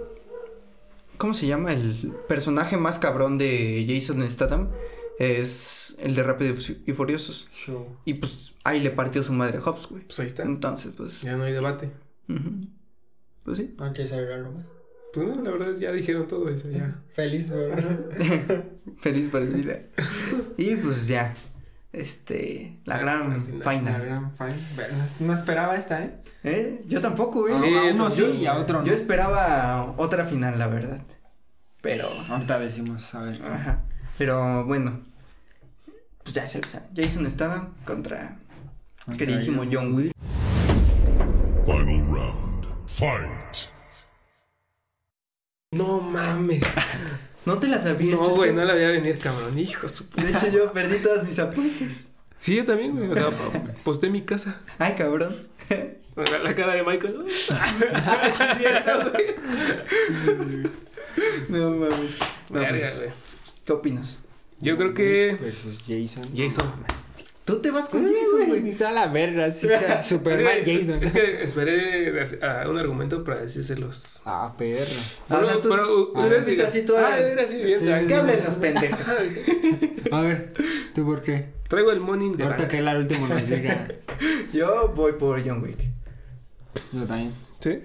[SPEAKER 1] ¿Cómo se llama? El personaje más cabrón de Jason Statham es el de Rápido y Furiosos.
[SPEAKER 2] Show.
[SPEAKER 1] Y pues ahí le partió su madre a Hobbs, güey.
[SPEAKER 3] Pues ahí está.
[SPEAKER 1] Entonces, pues.
[SPEAKER 3] Ya no hay debate.
[SPEAKER 1] ujú. Pues sí.
[SPEAKER 2] ¿No quieres saber algo más?
[SPEAKER 3] Pues no, la verdad es que ya dijeron todo eso, ya.
[SPEAKER 1] Mm.
[SPEAKER 2] Feliz, ¿verdad?
[SPEAKER 1] Feliz partida. y pues ya. Este. La
[SPEAKER 3] Al- al
[SPEAKER 1] gran
[SPEAKER 3] final,
[SPEAKER 2] La
[SPEAKER 1] final.
[SPEAKER 2] gran fan. Pero No, no esperaba esta, ¿eh?
[SPEAKER 1] ¿Eh? Yo tampoco, güey.
[SPEAKER 3] Sí,
[SPEAKER 2] a uno
[SPEAKER 3] no,
[SPEAKER 2] sí
[SPEAKER 3] yo-
[SPEAKER 2] y a otro no.
[SPEAKER 1] Yo esperaba otra final, la verdad. Pero.
[SPEAKER 2] Ahorita decimos, a ver.
[SPEAKER 1] Ajá. Pero bueno. Pues ya se lo saben. Jason Statham contra queridísimo John Wick.
[SPEAKER 4] Final round. Fight.
[SPEAKER 3] No mames.
[SPEAKER 1] No te la sabías.
[SPEAKER 3] No,
[SPEAKER 1] Chucho?
[SPEAKER 3] güey, no la voy a venir, cabrón. Hijo de su pu-
[SPEAKER 1] De hecho, yo perdí todas mis apuestas.
[SPEAKER 3] Sí, yo también, güey. O sea, po- posté mi casa.
[SPEAKER 1] Ay, cabrón.
[SPEAKER 3] La, la cara de Michael.
[SPEAKER 1] pues,
[SPEAKER 3] ¿no? Ah,
[SPEAKER 1] Sí, es cierto, güey. No mames. No,
[SPEAKER 3] Verga,
[SPEAKER 1] pues,
[SPEAKER 3] güey.
[SPEAKER 1] ¿Qué opinas?
[SPEAKER 3] Yo creo que.
[SPEAKER 2] Versus Jason.
[SPEAKER 3] Jason.
[SPEAKER 1] Tú te vas con
[SPEAKER 2] Sí,
[SPEAKER 1] Jason,
[SPEAKER 2] Ni
[SPEAKER 1] güey.
[SPEAKER 2] sea la verga, sí sea Superman
[SPEAKER 3] es que,
[SPEAKER 2] Jason.
[SPEAKER 3] Es que esperé de hacer- a un argumento para decírselos.
[SPEAKER 2] Ah, perro.
[SPEAKER 1] Ah, o sea, tú- tú
[SPEAKER 3] ustedes
[SPEAKER 1] fuiste
[SPEAKER 3] digan,
[SPEAKER 1] así toda-
[SPEAKER 3] Ah, era así, bien
[SPEAKER 2] Sí,
[SPEAKER 1] ¿Qué
[SPEAKER 3] tranquilo.
[SPEAKER 1] hablan los pendejos?
[SPEAKER 2] A ver, ¿tú por qué?
[SPEAKER 3] Traigo el money de
[SPEAKER 2] Ahorita que el último nos diga.
[SPEAKER 1] Yo voy por John Wick.
[SPEAKER 2] Yo también.
[SPEAKER 3] Sí.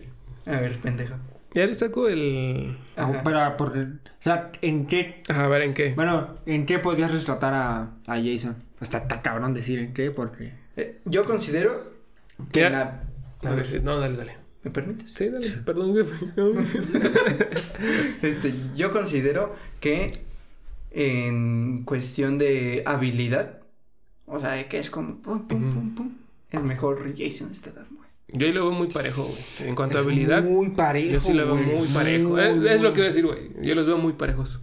[SPEAKER 1] A ver, pendejo.
[SPEAKER 3] Ya le saco el.
[SPEAKER 1] Ajá.
[SPEAKER 2] Pero, ah, porque, o sea, ¿en qué?
[SPEAKER 3] Ajá, a ver en qué.
[SPEAKER 2] Bueno, ¿en qué podrías rescatar a, a Jason? Está tan cabrón decir en qué, porque...
[SPEAKER 1] Eh, yo considero que
[SPEAKER 3] Mira.
[SPEAKER 1] en la...
[SPEAKER 3] A ver, sí, no, dale, dale.
[SPEAKER 1] ¿Me permites?
[SPEAKER 3] Sí, dale. Perdón, jefe.
[SPEAKER 1] Este, yo considero que en cuestión de habilidad, o sea, de que es como pum, pum, pum, pum, es mejor Jason Statham, güey.
[SPEAKER 3] Yo ahí lo veo muy parejo, güey. En cuanto a
[SPEAKER 2] Es
[SPEAKER 3] habilidad,
[SPEAKER 2] Muy parejo.
[SPEAKER 3] yo sí lo veo
[SPEAKER 2] güey.
[SPEAKER 3] muy parejo.
[SPEAKER 2] Muy,
[SPEAKER 3] es, es lo
[SPEAKER 2] muy-
[SPEAKER 3] que voy a decir, güey. Yo los veo muy parejos.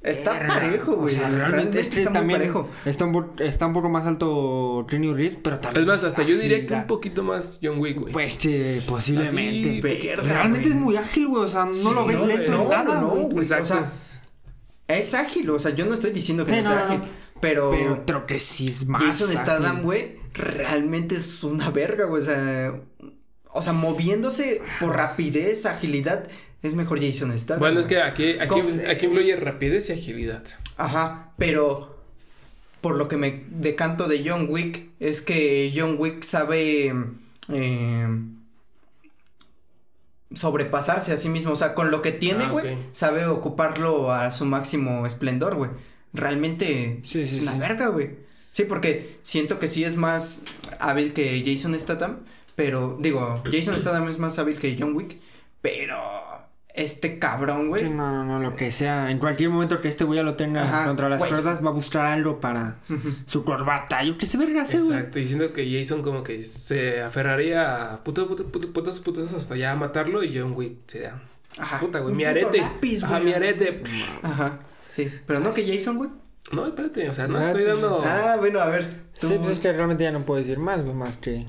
[SPEAKER 1] Está
[SPEAKER 2] Verga.
[SPEAKER 1] parejo, güey.
[SPEAKER 2] O sea,
[SPEAKER 1] realmente,
[SPEAKER 2] es que
[SPEAKER 1] está
[SPEAKER 2] también
[SPEAKER 1] muy parejo.
[SPEAKER 2] Está un, po- está un poco más alto Kenny Reed, pero también.
[SPEAKER 3] Es más, hasta yo diría que
[SPEAKER 2] agilidad.
[SPEAKER 3] un poquito más John Wick, güey.
[SPEAKER 2] Pues que posiblemente.
[SPEAKER 3] Así,
[SPEAKER 1] verga,
[SPEAKER 2] Realmente
[SPEAKER 1] güey.
[SPEAKER 2] es muy ágil, güey. O sea, no
[SPEAKER 1] Sí,
[SPEAKER 2] lo ves lento
[SPEAKER 1] no,
[SPEAKER 2] en nada.
[SPEAKER 1] No,
[SPEAKER 2] güey.
[SPEAKER 1] güey. O
[SPEAKER 3] Exacto.
[SPEAKER 1] sea, es ágil, o sea, yo no estoy diciendo que
[SPEAKER 2] Sí,
[SPEAKER 1] no
[SPEAKER 2] no,
[SPEAKER 1] sea
[SPEAKER 2] no, no.
[SPEAKER 1] ágil. Pero,
[SPEAKER 2] Pero creo que sí es más.
[SPEAKER 1] Jason
[SPEAKER 2] ágil.
[SPEAKER 1] Statham, güey, realmente es una verga, güey. O sea, o sea, moviéndose por
[SPEAKER 2] Ah.
[SPEAKER 1] rapidez, agilidad, es mejor Jason Statham.
[SPEAKER 3] Bueno, es
[SPEAKER 1] güey.
[SPEAKER 3] que aquí, aquí, aquí influye rapidez y agilidad.
[SPEAKER 1] Ajá, pero por lo que me decanto de John Wick es que John Wick sabe eh, sobrepasarse a sí mismo, o sea, con lo que tiene,
[SPEAKER 3] Ah,
[SPEAKER 1] güey,
[SPEAKER 3] ok.
[SPEAKER 1] sabe ocuparlo a su máximo esplendor, güey. Realmente
[SPEAKER 2] Sí,
[SPEAKER 1] es
[SPEAKER 2] sí,
[SPEAKER 1] una
[SPEAKER 2] sí.
[SPEAKER 1] verga, güey. Sí, porque siento que sí es más hábil que Jason Statham, pero digo, Jason Statham es más hábil que John Wick, pero este cabrón, güey.
[SPEAKER 2] Sí, no, no, no, lo que sea. En cualquier momento que este güey ya lo tenga
[SPEAKER 1] eh, Ajá,
[SPEAKER 2] contra las
[SPEAKER 1] güey.
[SPEAKER 2] cuerdas, va a buscar algo para
[SPEAKER 1] Ujú.
[SPEAKER 2] su corbata. Yo que se verga hace, güey.
[SPEAKER 3] Exacto, y siento que Jason como que se aferraría a putos, putos, putos, putos, putos hasta ya matarlo y John Wick sería...
[SPEAKER 1] Ajá.
[SPEAKER 3] Puta, güey,
[SPEAKER 1] Ah, Un
[SPEAKER 3] mi
[SPEAKER 1] puto
[SPEAKER 3] arete.
[SPEAKER 1] lápiz,
[SPEAKER 3] Ajá,
[SPEAKER 1] güey.
[SPEAKER 3] mi arete.
[SPEAKER 1] Ajá, sí. Pero no que Jason, güey.
[SPEAKER 3] No, espérate, o sea, no
[SPEAKER 2] Ah,
[SPEAKER 3] estoy dando...
[SPEAKER 1] Ah, bueno, a ver. tú-
[SPEAKER 2] Sí, pues es que realmente ya no puedo decir más, güey, más que.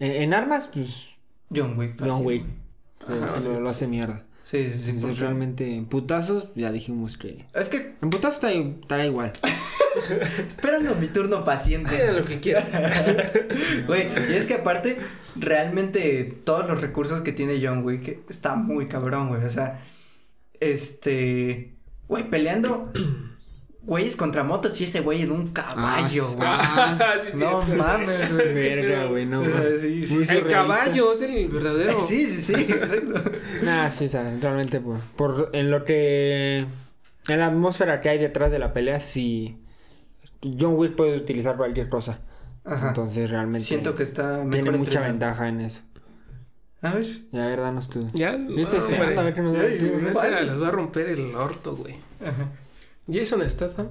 [SPEAKER 2] En, en armas, pues.
[SPEAKER 1] John Wick. fácil,
[SPEAKER 2] John Wick.
[SPEAKER 1] Ajá,
[SPEAKER 2] pues,
[SPEAKER 1] sí,
[SPEAKER 2] lo, lo hace mierda.
[SPEAKER 1] Sí, sí, sí.
[SPEAKER 2] Entonces,
[SPEAKER 1] porque-
[SPEAKER 2] realmente, en putazos, ya dijimos que.
[SPEAKER 1] Es que
[SPEAKER 2] En putazos está- estará igual.
[SPEAKER 1] esperando mi turno
[SPEAKER 3] Hagan
[SPEAKER 1] paciente.
[SPEAKER 3] lo que quieran.
[SPEAKER 1] Güey, y es que aparte, realmente todos los recursos que tiene John Wick está muy cabrón, güey. O sea, este. Güey, peleando. Güeyes contra motos y ese güey en un caballo, güey.
[SPEAKER 2] Ah,
[SPEAKER 3] Sí, sí.
[SPEAKER 1] no mames, güey.
[SPEAKER 2] Verga, güey, no.
[SPEAKER 1] O sea, sí, sí. El
[SPEAKER 2] Muy
[SPEAKER 3] El
[SPEAKER 2] surrealista.
[SPEAKER 3] caballo es el
[SPEAKER 1] Eh,
[SPEAKER 3] verdadero.
[SPEAKER 1] Sí, sí, sí, exacto.
[SPEAKER 2] Nah, sí, o sea, realmente por, por- en lo que en la atmósfera que hay detrás de la pelea, sí John Wick puede utilizar cualquier cosa.
[SPEAKER 1] Ajá.
[SPEAKER 2] Entonces realmente
[SPEAKER 1] Siento que está mejor
[SPEAKER 2] tiene mucha
[SPEAKER 1] entrenado.
[SPEAKER 2] ventaja en eso.
[SPEAKER 1] A ver.
[SPEAKER 2] Ya, a ver, danos tú.
[SPEAKER 3] Ya,
[SPEAKER 2] Yo estoy
[SPEAKER 1] este?
[SPEAKER 3] no,
[SPEAKER 2] esperando a
[SPEAKER 3] hombre.
[SPEAKER 2] ver qué nos va a
[SPEAKER 1] Ay,
[SPEAKER 2] decir.
[SPEAKER 1] güey.
[SPEAKER 3] Esa les va a romper el orto, güey.
[SPEAKER 1] Ajá.
[SPEAKER 3] Jason Statham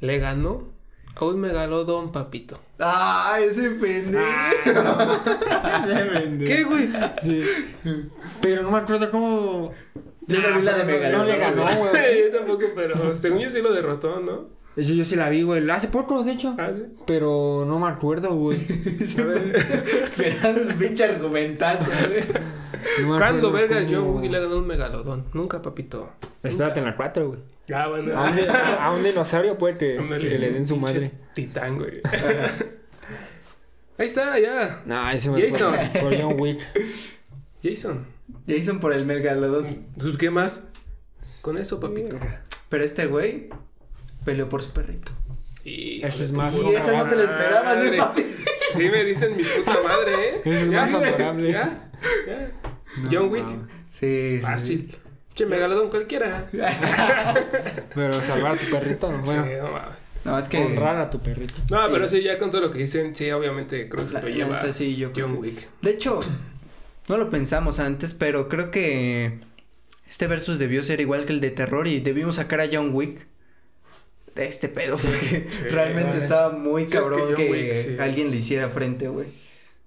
[SPEAKER 3] le ganó a un megalodón, papito.
[SPEAKER 1] Ah, ese pendejo.
[SPEAKER 2] Ah.
[SPEAKER 3] ¿Qué, güey?
[SPEAKER 2] Sí. Pero no me acuerdo cómo.
[SPEAKER 1] Yo no vi la de
[SPEAKER 2] No le ganó,
[SPEAKER 1] Megalodón,
[SPEAKER 2] güey.
[SPEAKER 3] yo tampoco, pero según yo sí lo derrotó, ¿no?
[SPEAKER 2] Yo, yo sí la vi, güey. Hace poco, de hecho.
[SPEAKER 3] Ah, sí.
[SPEAKER 2] Pero no me acuerdo, güey.
[SPEAKER 3] A ver,
[SPEAKER 1] Esperando su pinche argumentazo, güey.
[SPEAKER 2] No me
[SPEAKER 3] ¿Cuándo
[SPEAKER 2] acuerdo
[SPEAKER 3] vergas
[SPEAKER 2] cómo-
[SPEAKER 3] John Wick le ganó a un megalodón? Nunca, papito. Ah,
[SPEAKER 2] Espérate en la 4, güey.
[SPEAKER 3] Ya, bueno.
[SPEAKER 2] A un, a un dinosaurio puede que,
[SPEAKER 3] Ándale,
[SPEAKER 2] que le den su
[SPEAKER 3] pinche
[SPEAKER 2] madre.
[SPEAKER 3] Titán, güey. Ah. Ahí está, ya.
[SPEAKER 2] No, ese me
[SPEAKER 3] Jason.
[SPEAKER 2] fue por John Wick.
[SPEAKER 3] Jason.
[SPEAKER 1] Jason por el megalodón.
[SPEAKER 3] Pues, ¿qué más? Con eso, papito.
[SPEAKER 1] Pero este güey peleó por su perrito.
[SPEAKER 3] Híjole
[SPEAKER 2] Eso es
[SPEAKER 3] tu
[SPEAKER 2] más
[SPEAKER 3] puta
[SPEAKER 1] Y esa no te la
[SPEAKER 3] madre.
[SPEAKER 1] esperabas, ¿eh, papi?
[SPEAKER 3] Sí, me dicen mi puta madre, ¿eh?
[SPEAKER 2] Es el
[SPEAKER 3] Ya,
[SPEAKER 2] más
[SPEAKER 3] güey,
[SPEAKER 2] adorable.
[SPEAKER 3] Ya, ya. John Wick.
[SPEAKER 1] Sí, sí.
[SPEAKER 2] Ah,
[SPEAKER 3] Fácil. Che, megalodón cualquiera.
[SPEAKER 2] Pero salvar a tu perrito, no, bueno.
[SPEAKER 3] Sí, no, mames.
[SPEAKER 1] No, es que.
[SPEAKER 2] Honrar a tu perrito.
[SPEAKER 3] No,
[SPEAKER 1] Sí.
[SPEAKER 3] pero sí, ya con todo lo que dicen, sí, obviamente creo que se
[SPEAKER 1] La-
[SPEAKER 3] lo
[SPEAKER 1] la
[SPEAKER 3] lleva
[SPEAKER 1] neta, sí, yo creo
[SPEAKER 3] John
[SPEAKER 1] que-
[SPEAKER 3] Wick.
[SPEAKER 1] De hecho, no lo pensamos antes, pero creo que este versus debió ser igual que el de terror y debimos sacar a John Wick de este pedo, porque
[SPEAKER 3] sí,
[SPEAKER 1] realmente
[SPEAKER 2] vale.
[SPEAKER 1] estaba muy
[SPEAKER 3] Sí, es que
[SPEAKER 1] cabrón
[SPEAKER 3] John
[SPEAKER 1] que,
[SPEAKER 3] Wick, sí.
[SPEAKER 1] alguien le hiciera frente, güey.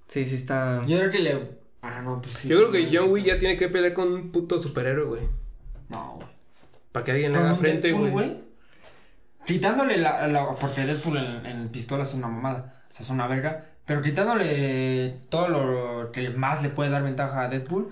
[SPEAKER 1] Sí, sí está.
[SPEAKER 2] Yo creo que le. Ah, no, pues sí.
[SPEAKER 3] Yo creo que John Wick ya tiene que pelear con un puto superhéroe, güey.
[SPEAKER 2] No, güey.
[SPEAKER 3] Para que alguien le haga frente, güey.
[SPEAKER 2] Quitándole la, la- Porque Deadpool en, en pistola es una mamada. O sea, es una verga. Pero quitándole todo lo que más le puede dar ventaja a Deadpool.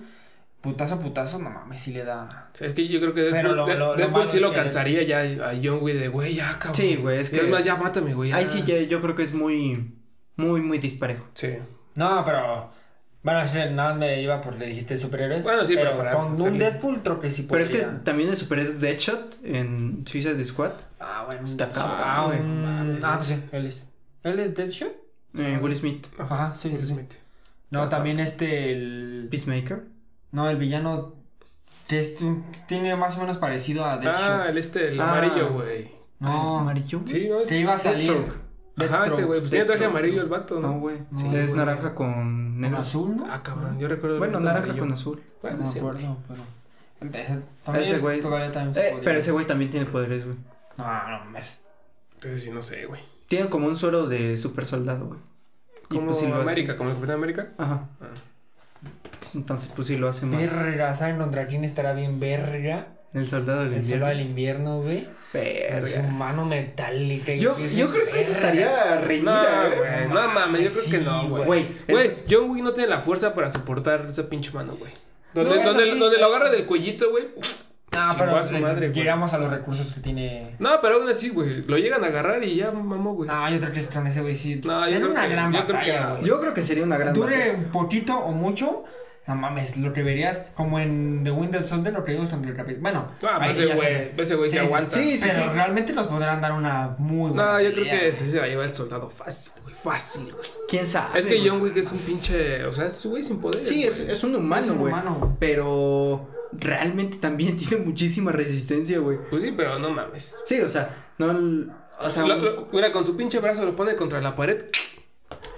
[SPEAKER 2] Putazo, a putazo, no mames, sí le da.
[SPEAKER 3] O sea, Es que yo creo que
[SPEAKER 2] Pero
[SPEAKER 3] Deadpool,
[SPEAKER 2] lo- lo- lo
[SPEAKER 3] Deadpool
[SPEAKER 2] malo
[SPEAKER 3] sí
[SPEAKER 2] es
[SPEAKER 3] lo
[SPEAKER 2] que-
[SPEAKER 3] cansaría ya a John Wick de, güey, ya, cabrón.
[SPEAKER 1] Sí, güey, es
[SPEAKER 3] Y
[SPEAKER 1] que-
[SPEAKER 3] más, ya mátame, güey. ya".
[SPEAKER 1] Ahí sí, ya- yo creo que es muy, muy, muy disparejo.
[SPEAKER 3] Sí.
[SPEAKER 2] No, pero. Bueno, es que nada más me iba porque le dijiste superhéroes.
[SPEAKER 3] Bueno, sí, pero para
[SPEAKER 2] con un
[SPEAKER 3] hacerle-
[SPEAKER 2] Deadpool creo que sí
[SPEAKER 1] Pero es que
[SPEAKER 2] podría.
[SPEAKER 1] también el super es Deadshot en Suicide Squad.
[SPEAKER 2] Ah, bueno.
[SPEAKER 1] Está
[SPEAKER 2] pues,
[SPEAKER 1] cabrón,
[SPEAKER 2] ah,
[SPEAKER 1] güey.
[SPEAKER 2] un-
[SPEAKER 3] Mames,
[SPEAKER 2] ah,
[SPEAKER 3] ¿no?
[SPEAKER 2] pues sí, él es. ¿Él es Deadshot?
[SPEAKER 1] eh, Will Smith,
[SPEAKER 2] Ajá, sí,
[SPEAKER 3] Will
[SPEAKER 2] sí.
[SPEAKER 3] Smith.
[SPEAKER 2] No,
[SPEAKER 1] Ajá.
[SPEAKER 2] también este, el...
[SPEAKER 1] Peacemaker.
[SPEAKER 2] No, el villano que es un- tiene más o menos parecido a
[SPEAKER 3] Ah,
[SPEAKER 2] Deadshot.
[SPEAKER 3] el este, el
[SPEAKER 1] Ah.
[SPEAKER 3] amarillo, güey.
[SPEAKER 2] no,
[SPEAKER 1] amarillo. güey.
[SPEAKER 3] Sí, ¿no?
[SPEAKER 2] que iba a salir.
[SPEAKER 1] Deathstroke.
[SPEAKER 3] Ajá, ese güey. Pues tiene traje
[SPEAKER 1] Deathstroke.
[SPEAKER 3] amarillo el vato,
[SPEAKER 1] No,
[SPEAKER 3] ¿no?
[SPEAKER 1] güey.
[SPEAKER 2] No,
[SPEAKER 1] Sí,
[SPEAKER 2] güey.
[SPEAKER 1] es naranja con
[SPEAKER 2] ¿En
[SPEAKER 1] negro.
[SPEAKER 2] azul, no?
[SPEAKER 3] Ah, cabrón, yo recuerdo. el
[SPEAKER 1] Bueno,
[SPEAKER 3] vato
[SPEAKER 1] naranja
[SPEAKER 3] amarillo.
[SPEAKER 1] con azul.
[SPEAKER 2] No
[SPEAKER 3] Bueno,
[SPEAKER 2] me
[SPEAKER 1] Eh,
[SPEAKER 3] sí, güey.
[SPEAKER 2] acuerdo, pero... Ese, también
[SPEAKER 1] Ese
[SPEAKER 2] es-
[SPEAKER 1] güey.
[SPEAKER 2] Todavía también se
[SPEAKER 1] Eh,
[SPEAKER 2] podía.
[SPEAKER 1] pero ese güey también tiene poderes, güey.
[SPEAKER 2] No, no, mames.
[SPEAKER 3] Entonces sí, no sé, güey.
[SPEAKER 1] Tiene como un suero de super soldado, güey. Y
[SPEAKER 3] Como
[SPEAKER 1] pues sí lo hace.
[SPEAKER 3] América, como el Capitán América.
[SPEAKER 1] Ajá.
[SPEAKER 3] Ah.
[SPEAKER 1] Entonces, pues sí lo hace más.
[SPEAKER 2] Verga, ¿saben contra quién estará bien verga?
[SPEAKER 1] El soldado del
[SPEAKER 2] El
[SPEAKER 1] invierno.
[SPEAKER 2] soldado del invierno, güey. Su
[SPEAKER 1] Verga.
[SPEAKER 2] mano metálica. y
[SPEAKER 1] Yo,
[SPEAKER 2] es
[SPEAKER 1] yo creo que eso
[SPEAKER 2] verga.
[SPEAKER 1] estaría
[SPEAKER 3] No,
[SPEAKER 1] reñida, eh. güey.
[SPEAKER 3] güey. No mames, yo creo
[SPEAKER 2] Sí,
[SPEAKER 3] que no, güey.
[SPEAKER 1] güey. El-
[SPEAKER 3] Güey, John Wick no tiene la fuerza para soportar esa pinche mano, güey. Donde,
[SPEAKER 2] No, eso
[SPEAKER 3] donde,
[SPEAKER 2] sí.
[SPEAKER 3] donde lo agarra del cuellito, güey.
[SPEAKER 2] No, pero
[SPEAKER 3] Chingó a su madre,
[SPEAKER 2] eh,
[SPEAKER 3] güey.
[SPEAKER 2] llegamos a los recursos que tiene.
[SPEAKER 3] No, pero aún así, güey, lo llegan a agarrar y ya mamó, güey.
[SPEAKER 1] Ah,
[SPEAKER 2] No, yo creo que con ese güey sí.
[SPEAKER 3] No, yo
[SPEAKER 2] sería
[SPEAKER 3] creo
[SPEAKER 2] una
[SPEAKER 3] que-
[SPEAKER 2] gran
[SPEAKER 3] yo creo que-
[SPEAKER 2] batalla, güey.
[SPEAKER 1] Yo creo que sería una gran
[SPEAKER 2] Dure
[SPEAKER 1] batalla.
[SPEAKER 2] un poquito o mucho. No mames, lo que verías como en The Windows Soldier, lo que vimos contra el Capitán. Bueno,
[SPEAKER 3] Ah, pero ese
[SPEAKER 2] ya
[SPEAKER 3] güey-
[SPEAKER 2] se-
[SPEAKER 3] ese güey se aguanta.
[SPEAKER 2] Sí,
[SPEAKER 1] Sí,
[SPEAKER 2] sí,
[SPEAKER 1] sí,
[SPEAKER 2] pero
[SPEAKER 1] sí.
[SPEAKER 2] realmente nos podrán dar una muy buena.
[SPEAKER 3] No, yo creo
[SPEAKER 2] pelea,
[SPEAKER 3] que
[SPEAKER 2] güey.
[SPEAKER 3] sí se la lleva el soldado fácil, güey, fácil, güey.
[SPEAKER 1] ¿Quién sabe?
[SPEAKER 3] Es que
[SPEAKER 1] Ah, güey?
[SPEAKER 3] John Wick es un pinche, o sea, es un güey sin poder.
[SPEAKER 1] Sí, es, es un humano,
[SPEAKER 2] un
[SPEAKER 1] güey.
[SPEAKER 2] humano, güey.
[SPEAKER 1] Pero realmente también tiene muchísima resistencia, güey.
[SPEAKER 3] Pues sí, pero no mames.
[SPEAKER 1] Sí, o sea, no. O sea,
[SPEAKER 3] Lo- lo- mira, con su pinche brazo lo pone contra la pared.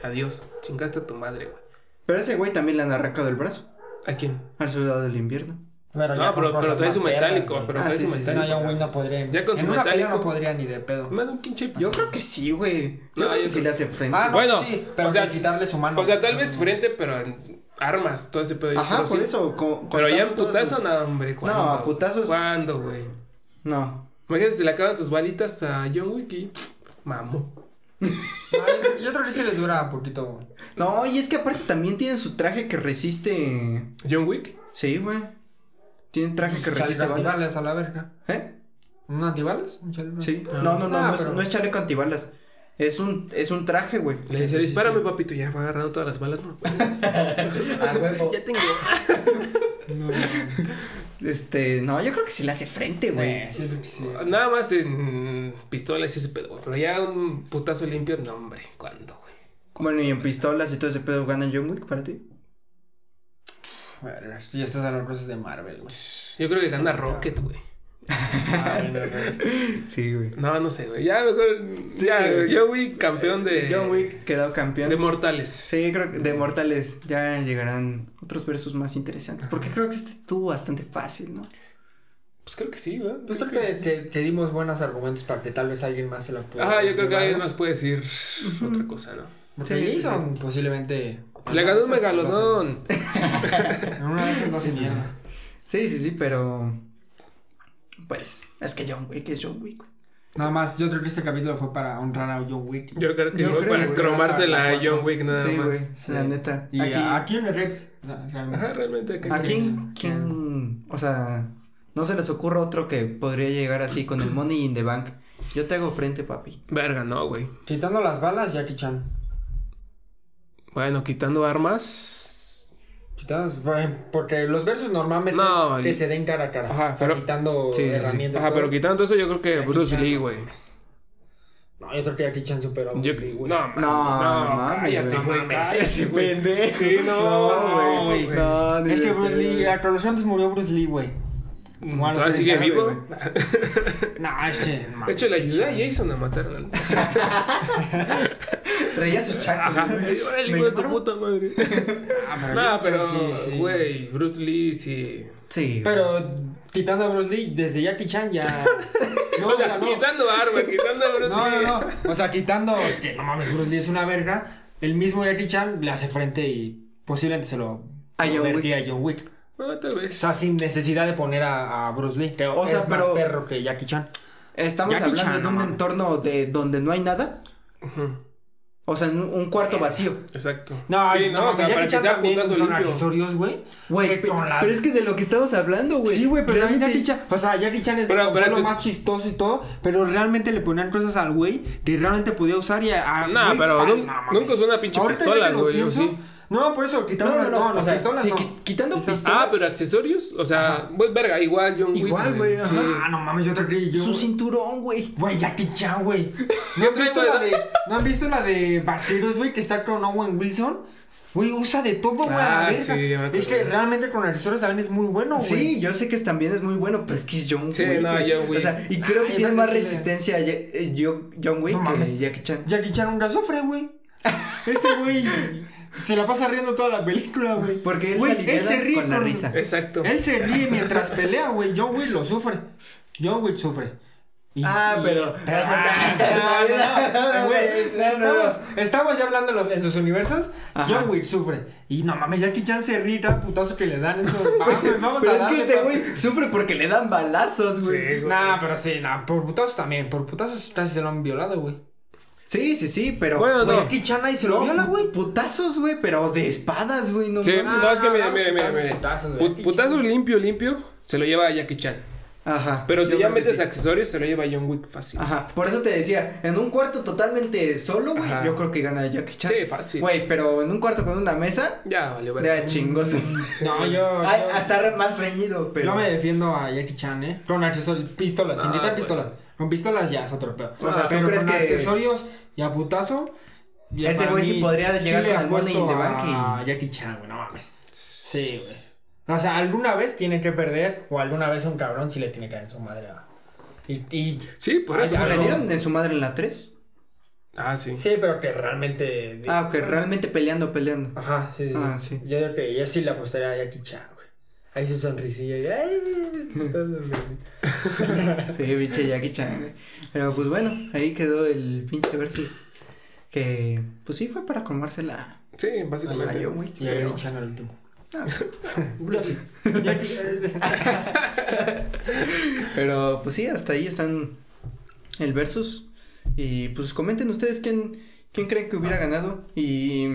[SPEAKER 3] Adiós, chingaste a tu madre, güey.
[SPEAKER 1] pero ese güey también le han arrancado el brazo
[SPEAKER 3] ¿A quién?
[SPEAKER 1] al soldado del invierno.
[SPEAKER 2] Pero ya con
[SPEAKER 3] No, pero, pero
[SPEAKER 2] cosas
[SPEAKER 3] trae
[SPEAKER 2] más
[SPEAKER 3] su
[SPEAKER 2] perras,
[SPEAKER 3] metálico,
[SPEAKER 2] güey.
[SPEAKER 3] pero
[SPEAKER 1] Ah,
[SPEAKER 3] trae
[SPEAKER 1] sí,
[SPEAKER 3] su
[SPEAKER 1] sí, sí.
[SPEAKER 2] Sí, no,
[SPEAKER 3] metálico.
[SPEAKER 2] John Wick no podría.
[SPEAKER 3] Ya con su
[SPEAKER 2] en una pelea
[SPEAKER 3] metálico-
[SPEAKER 2] no podría ni de pedo.
[SPEAKER 3] Me da un pinche
[SPEAKER 1] Yo creo que sí, güey. Yo
[SPEAKER 3] No,
[SPEAKER 1] creo
[SPEAKER 3] yo
[SPEAKER 1] que sí
[SPEAKER 3] creo-
[SPEAKER 1] le hace frente.
[SPEAKER 2] Ah, no,
[SPEAKER 3] Bueno,
[SPEAKER 2] sí, pero
[SPEAKER 3] o sea,
[SPEAKER 2] sin quitarle su mano.
[SPEAKER 3] O sea, tal
[SPEAKER 2] güey.
[SPEAKER 3] vez frente, pero en armas, todo ese pedo. yo
[SPEAKER 1] Ajá,
[SPEAKER 3] creo
[SPEAKER 1] por
[SPEAKER 3] sí.
[SPEAKER 1] eso. con-
[SPEAKER 3] Pero ya en
[SPEAKER 1] contando todas
[SPEAKER 3] putazo,
[SPEAKER 1] sus-
[SPEAKER 3] no, hombre. ¿cuándo,
[SPEAKER 1] a
[SPEAKER 3] güey?
[SPEAKER 1] putazos-
[SPEAKER 3] ¿Cuándo, güey?
[SPEAKER 1] No.
[SPEAKER 3] Imagínate, se le acaban sus balitas a John Wick y. Mamo.
[SPEAKER 2] No, yo- Yo creo que sí les dura un poquito.
[SPEAKER 1] No, y es que aparte también tiene su traje que resiste.
[SPEAKER 3] ¿John Wick?
[SPEAKER 1] Sí, güey. Tiene traje que
[SPEAKER 2] Chaleco
[SPEAKER 1] resiste balas.
[SPEAKER 2] antibalas a la verga.
[SPEAKER 1] ¿Eh?
[SPEAKER 2] ¿Un antibalas? ¿Un chaleco?
[SPEAKER 1] Sí.
[SPEAKER 3] Ah.
[SPEAKER 1] No, no, no,
[SPEAKER 2] Ah,
[SPEAKER 1] no, es,
[SPEAKER 2] pero-
[SPEAKER 1] no es chaleco antibalas. Es un, es un traje, güey.
[SPEAKER 3] Le dice, dispárame, papito. Ya va agarrando todas las balas. No,
[SPEAKER 1] Ah, huevo.
[SPEAKER 3] ya tengo.
[SPEAKER 2] No,
[SPEAKER 1] Este, no, yo creo que sí le hace frente, güey.
[SPEAKER 2] Sí, sí, creo que sí.
[SPEAKER 3] Nada más en pistolas y ese pedo, güey. Pero ya un putazo limpio, no, hombre. ¿Cuándo, güey?
[SPEAKER 1] Bueno, y en pistolas y todo ese pedo gana John Wick para ti.
[SPEAKER 2] Verga, esto ya estás hablando de cosas de Marvel, güey.
[SPEAKER 3] Yo creo que gana Rocket, güey.
[SPEAKER 1] Sí, güey.
[SPEAKER 3] No, no sé, güey. Ya mejor. Ya,
[SPEAKER 1] güey. Eh,
[SPEAKER 3] John Wick, campeón de.
[SPEAKER 1] John Wick quedó campeón.
[SPEAKER 3] De mortales.
[SPEAKER 1] Sí, creo que de Mortales ya llegarán otros versos más interesantes. Porque creo que este estuvo bastante fácil, ¿no?
[SPEAKER 3] Pues creo que sí, güey.
[SPEAKER 2] Pues creo que, que- que dimos buenos argumentos para que tal vez alguien más se lo pueda.
[SPEAKER 3] Ajá, yo creo que
[SPEAKER 2] llevar,
[SPEAKER 3] alguien
[SPEAKER 2] ¿no?
[SPEAKER 3] más puede decir otra cosa, ¿no?
[SPEAKER 2] Porque
[SPEAKER 1] Sí, sí,
[SPEAKER 2] Jason posiblemente.
[SPEAKER 3] Le ganó un
[SPEAKER 2] Una de esas
[SPEAKER 3] megalodón.
[SPEAKER 2] lo hace- En una de esas no hace mierda.
[SPEAKER 1] Sí, sí, sí, pero. Pues, es que John Wick es John Wick.
[SPEAKER 2] Nada más, yo creo que este capítulo fue para honrar a John Wick.
[SPEAKER 3] Yo creo que
[SPEAKER 1] Yo
[SPEAKER 3] fue
[SPEAKER 1] creo
[SPEAKER 3] para
[SPEAKER 1] que-
[SPEAKER 3] cromársela a John Wick nada
[SPEAKER 1] Sí,
[SPEAKER 3] más.
[SPEAKER 1] güey,
[SPEAKER 2] Sí.
[SPEAKER 1] la neta.
[SPEAKER 2] Y
[SPEAKER 1] aquí,
[SPEAKER 2] a, a quién le reps. No,
[SPEAKER 3] Ajá,
[SPEAKER 2] Realmente.
[SPEAKER 3] realmente. que-
[SPEAKER 1] ¿a quién, quién? O sea, no se les ocurre otro que podría llegar así con el Money in the Bank. Yo te hago frente, papi.
[SPEAKER 3] Verga, no, güey.
[SPEAKER 2] Quitando las balas, Jackie Chan.
[SPEAKER 3] Bueno, quitando armas.
[SPEAKER 2] Quitando, bueno, porque los versos normalmente
[SPEAKER 3] No,
[SPEAKER 2] es que
[SPEAKER 3] y-
[SPEAKER 2] se den cara a cara.
[SPEAKER 3] Ajá,
[SPEAKER 2] o sea,
[SPEAKER 3] pero-
[SPEAKER 2] quitando
[SPEAKER 3] Sí, sí, sí.
[SPEAKER 2] herramientas.
[SPEAKER 3] Ajá,
[SPEAKER 2] todo.
[SPEAKER 3] pero quitando eso, yo creo que
[SPEAKER 2] Jackie
[SPEAKER 3] Bruce
[SPEAKER 2] Chan,
[SPEAKER 3] Lee,
[SPEAKER 2] no
[SPEAKER 3] güey.
[SPEAKER 2] No, yo creo que Jackie Chan superó a
[SPEAKER 3] Yo-
[SPEAKER 2] Bruce Lee, güey.
[SPEAKER 3] No,
[SPEAKER 1] No, no,
[SPEAKER 3] no,
[SPEAKER 1] mames,
[SPEAKER 3] cállate,
[SPEAKER 1] güey.
[SPEAKER 3] güey. Cállate, güey.
[SPEAKER 1] pendejo.
[SPEAKER 3] Sí, no,
[SPEAKER 1] No, Este
[SPEAKER 3] güey.
[SPEAKER 1] No, ni
[SPEAKER 2] Es que
[SPEAKER 1] de
[SPEAKER 2] Bruce Lee,
[SPEAKER 1] pedo.
[SPEAKER 2] a los antes murió Bruce Lee, güey. Bueno,
[SPEAKER 3] Mm, ¿Todavía
[SPEAKER 2] sí,
[SPEAKER 3] sigue
[SPEAKER 1] sabe,
[SPEAKER 3] vivo?
[SPEAKER 1] güey.
[SPEAKER 2] No, este.
[SPEAKER 3] De hecho, le ayudé a Jason a matar al.
[SPEAKER 1] Traía sus chacos.
[SPEAKER 3] Ajá.
[SPEAKER 1] güey.
[SPEAKER 3] Órale,
[SPEAKER 1] Me
[SPEAKER 3] hijo de tu
[SPEAKER 1] llevaron-
[SPEAKER 3] puta madre.
[SPEAKER 2] Ah, pero
[SPEAKER 3] No,
[SPEAKER 2] Jackie
[SPEAKER 3] pero,
[SPEAKER 2] Chan sí, sí.
[SPEAKER 3] güey, Bruce Lee sí.
[SPEAKER 1] Sí.
[SPEAKER 2] Pero quitando a Bruce Lee, desde Jackie Chan ya. No, o sea, no.
[SPEAKER 3] Quitando armas, quitando a Bruce
[SPEAKER 2] No, no,
[SPEAKER 3] Lee.
[SPEAKER 2] no. O sea, quitando que no mames, Bruce Lee es una verga. El mismo Jackie Chan le hace frente y posiblemente se lo
[SPEAKER 1] A John
[SPEAKER 2] convertía
[SPEAKER 1] Wick.
[SPEAKER 2] a John Wick.
[SPEAKER 3] No, tal
[SPEAKER 2] O
[SPEAKER 3] vez.
[SPEAKER 2] sea, sin necesidad de poner a, a Bruce Lee. Que
[SPEAKER 1] O sea,
[SPEAKER 2] es más
[SPEAKER 1] pero-
[SPEAKER 2] perro que Jackie Chan.
[SPEAKER 1] Estamos
[SPEAKER 2] Jackie
[SPEAKER 1] hablando
[SPEAKER 2] Chan,
[SPEAKER 1] de
[SPEAKER 2] no
[SPEAKER 1] un
[SPEAKER 2] mames.
[SPEAKER 1] entorno de donde no hay nada.
[SPEAKER 3] Ujú,
[SPEAKER 1] O sea, en un un cuarto vacío.
[SPEAKER 3] Exacto.
[SPEAKER 2] No,
[SPEAKER 3] Sí,
[SPEAKER 2] no,
[SPEAKER 3] o sea, para
[SPEAKER 2] Jackie
[SPEAKER 3] que
[SPEAKER 2] Chan
[SPEAKER 3] sea
[SPEAKER 2] también
[SPEAKER 3] putazo
[SPEAKER 2] con
[SPEAKER 3] limpio.
[SPEAKER 2] accesorios, güey.
[SPEAKER 1] Güey,
[SPEAKER 2] que
[SPEAKER 1] pe-
[SPEAKER 2] con la-
[SPEAKER 1] pero es que de lo que estamos hablando, güey.
[SPEAKER 2] Sí, güey, pero también
[SPEAKER 1] Realmente-
[SPEAKER 2] Jackie Chan. O sea, Jackie Chan es
[SPEAKER 3] Pero-
[SPEAKER 2] fue
[SPEAKER 3] pero
[SPEAKER 2] lo
[SPEAKER 3] entonces-
[SPEAKER 2] más chistoso y todo. Pero realmente le ponían cosas al güey que realmente podía usar y a. a-
[SPEAKER 3] Nah,
[SPEAKER 2] güey,
[SPEAKER 3] pero
[SPEAKER 2] pa-
[SPEAKER 3] nun-
[SPEAKER 2] no mames.
[SPEAKER 3] nunca usó una pinche
[SPEAKER 2] Ahorita ya
[SPEAKER 3] pistola,
[SPEAKER 2] que lo
[SPEAKER 3] güey, yo
[SPEAKER 2] pienso-
[SPEAKER 3] sí.
[SPEAKER 2] No, por eso, quitando
[SPEAKER 1] No, no,
[SPEAKER 2] las-
[SPEAKER 1] no,
[SPEAKER 2] no, las
[SPEAKER 1] o sea,
[SPEAKER 2] pistolas.
[SPEAKER 1] sí,
[SPEAKER 2] no.
[SPEAKER 1] qui- quitando
[SPEAKER 3] Ah,
[SPEAKER 1] pistolas.
[SPEAKER 3] pero accesorios. O sea, pues verga, igual John Wick.
[SPEAKER 1] Igual, güey,
[SPEAKER 3] Sí.
[SPEAKER 1] ajá.
[SPEAKER 2] Ah, no mames, yo te creí yo.
[SPEAKER 1] Su cinturón, güey.
[SPEAKER 2] Güey, Jackie Chan, güey. ¿No, han
[SPEAKER 3] trae,
[SPEAKER 2] visto
[SPEAKER 3] güey?
[SPEAKER 2] la de- ¿No han visto la de Vaqueros, güey, que está con Owen Wilson? Güey, usa de todo, güey. a la
[SPEAKER 3] Ah,
[SPEAKER 2] verga.
[SPEAKER 3] sí, ya me acuerdo.
[SPEAKER 2] es que realmente con accesorios también es muy bueno, güey.
[SPEAKER 1] Sí, yo sé que es- también es muy bueno, pero es que es John
[SPEAKER 3] Sí,
[SPEAKER 1] Wick.
[SPEAKER 3] no,
[SPEAKER 1] güey.
[SPEAKER 3] John Wick.
[SPEAKER 1] O sea, y
[SPEAKER 2] Nah,
[SPEAKER 1] creo que
[SPEAKER 2] yo
[SPEAKER 1] tiene
[SPEAKER 2] creo
[SPEAKER 1] más
[SPEAKER 2] que sí le-
[SPEAKER 1] resistencia a Ya- eh, yo- John Wick
[SPEAKER 2] No
[SPEAKER 1] que
[SPEAKER 2] mames.
[SPEAKER 1] Jackie Chan.
[SPEAKER 2] Jackie Chan nunca sufre, güey. Ese güey se la pasa riendo toda la película, güey.
[SPEAKER 1] Porque él
[SPEAKER 2] Güey,
[SPEAKER 1] se libera con la risa.
[SPEAKER 3] Exacto.
[SPEAKER 2] Él se ríe mientras pelea, güey. John Wick lo sufre. John Wick sufre. Y-
[SPEAKER 1] Ah,
[SPEAKER 2] y-
[SPEAKER 1] pero-
[SPEAKER 2] Ah, no, no, no, güey, es-
[SPEAKER 1] No, no, no.
[SPEAKER 2] Estamos estamos ya hablando en los- en sus universos.
[SPEAKER 1] Ajá.
[SPEAKER 2] John Wick sufre. Y no mames, Jackie Chan se ríe cada putazo que le dan. Eso, vamos, vamos
[SPEAKER 1] Pero
[SPEAKER 2] a
[SPEAKER 1] es que
[SPEAKER 2] darle,
[SPEAKER 1] este
[SPEAKER 2] papi.
[SPEAKER 1] güey sufre porque le dan balazos,
[SPEAKER 3] Sí,
[SPEAKER 1] güey.
[SPEAKER 3] güey.
[SPEAKER 2] Nah, pero sí, nah, por putazos también. Por putazos casi se lo han violado, güey.
[SPEAKER 1] Sí, sí, sí, pero.
[SPEAKER 3] Bueno,
[SPEAKER 2] Güey,
[SPEAKER 3] no.
[SPEAKER 2] Jackie Chan ahí se lo
[SPEAKER 1] No,
[SPEAKER 2] viola, güey.
[SPEAKER 1] putazos, güey, pero de espadas, güey, no
[SPEAKER 3] Sí,
[SPEAKER 1] mames.
[SPEAKER 3] no, es que mire,
[SPEAKER 2] no,
[SPEAKER 3] mire, mire.
[SPEAKER 2] putazos,
[SPEAKER 3] mire.
[SPEAKER 2] putazos,
[SPEAKER 3] Put-
[SPEAKER 2] güey.
[SPEAKER 3] Putazo limpio, limpio. Se lo lleva a Jackie Chan.
[SPEAKER 1] Ajá.
[SPEAKER 3] Pero
[SPEAKER 1] yo
[SPEAKER 3] si ya
[SPEAKER 1] creo que
[SPEAKER 3] metes
[SPEAKER 1] sí.
[SPEAKER 3] accesorios, se lo lleva John Wick fácil.
[SPEAKER 1] Ajá, por eso te decía, en un cuarto totalmente solo, güey,
[SPEAKER 3] Ajá.
[SPEAKER 1] yo creo que gana Jackie Chan.
[SPEAKER 3] Sí, fácil.
[SPEAKER 1] Güey, pero en un cuarto con una mesa,
[SPEAKER 3] Ya, valió verga.
[SPEAKER 1] de chingoso.
[SPEAKER 2] Mm. No, yo.
[SPEAKER 1] Ay,
[SPEAKER 2] yo-
[SPEAKER 1] hasta re- más reñido, pero.
[SPEAKER 2] Yo me defiendo a Jackie Chan, ¿eh? Con accesorios, pistolas, sin
[SPEAKER 3] Ah,
[SPEAKER 2] quitar
[SPEAKER 3] güey.
[SPEAKER 2] pistolas. Con pistolas ya es otro pedo.
[SPEAKER 1] O sea, Ah, ¿tú
[SPEAKER 2] pero
[SPEAKER 1] crees
[SPEAKER 2] con
[SPEAKER 1] que-
[SPEAKER 2] accesorios y a putazo. ya
[SPEAKER 1] Ese
[SPEAKER 2] para
[SPEAKER 1] güey sí
[SPEAKER 2] mí,
[SPEAKER 1] podría llegar
[SPEAKER 2] le
[SPEAKER 1] con el Money in the
[SPEAKER 2] apuesto
[SPEAKER 1] Bank y-
[SPEAKER 2] A Jackie Chan, güey, no mames. Sí, güey. O sea, alguna vez tiene que perder o alguna vez un cabrón sí le tiene que dar en su madre. va. Y, y-
[SPEAKER 3] Sí, por eso.
[SPEAKER 2] Ay,
[SPEAKER 1] ¿Le
[SPEAKER 2] Pero-
[SPEAKER 1] dieron en su madre en la 3?
[SPEAKER 3] Ah, sí.
[SPEAKER 2] Sí, pero que realmente.
[SPEAKER 1] Ah, que realmente peleando, peleando.
[SPEAKER 2] Ajá, sí, sí.
[SPEAKER 1] Ah,
[SPEAKER 2] sí.
[SPEAKER 1] sí.
[SPEAKER 2] Yo creo que yo sí le apostaría a Jackie Chan, güey. Ahí su sonrisilla. y, Ay, todo bien.
[SPEAKER 1] Sí, pinche Jackie Chan, güey. Pero pues bueno, ahí quedó el pinche versus. Que, pues sí, fue para colmársela
[SPEAKER 3] Sí,
[SPEAKER 1] a
[SPEAKER 3] básicamente.
[SPEAKER 1] John Wick.
[SPEAKER 2] Y a
[SPEAKER 1] pero-
[SPEAKER 2] Jackie Chan al último.
[SPEAKER 1] Ah,
[SPEAKER 2] Jackie-
[SPEAKER 1] Pero pues sí, hasta ahí están el versus. Y pues comenten ustedes quién, quién creen que hubiera ganado y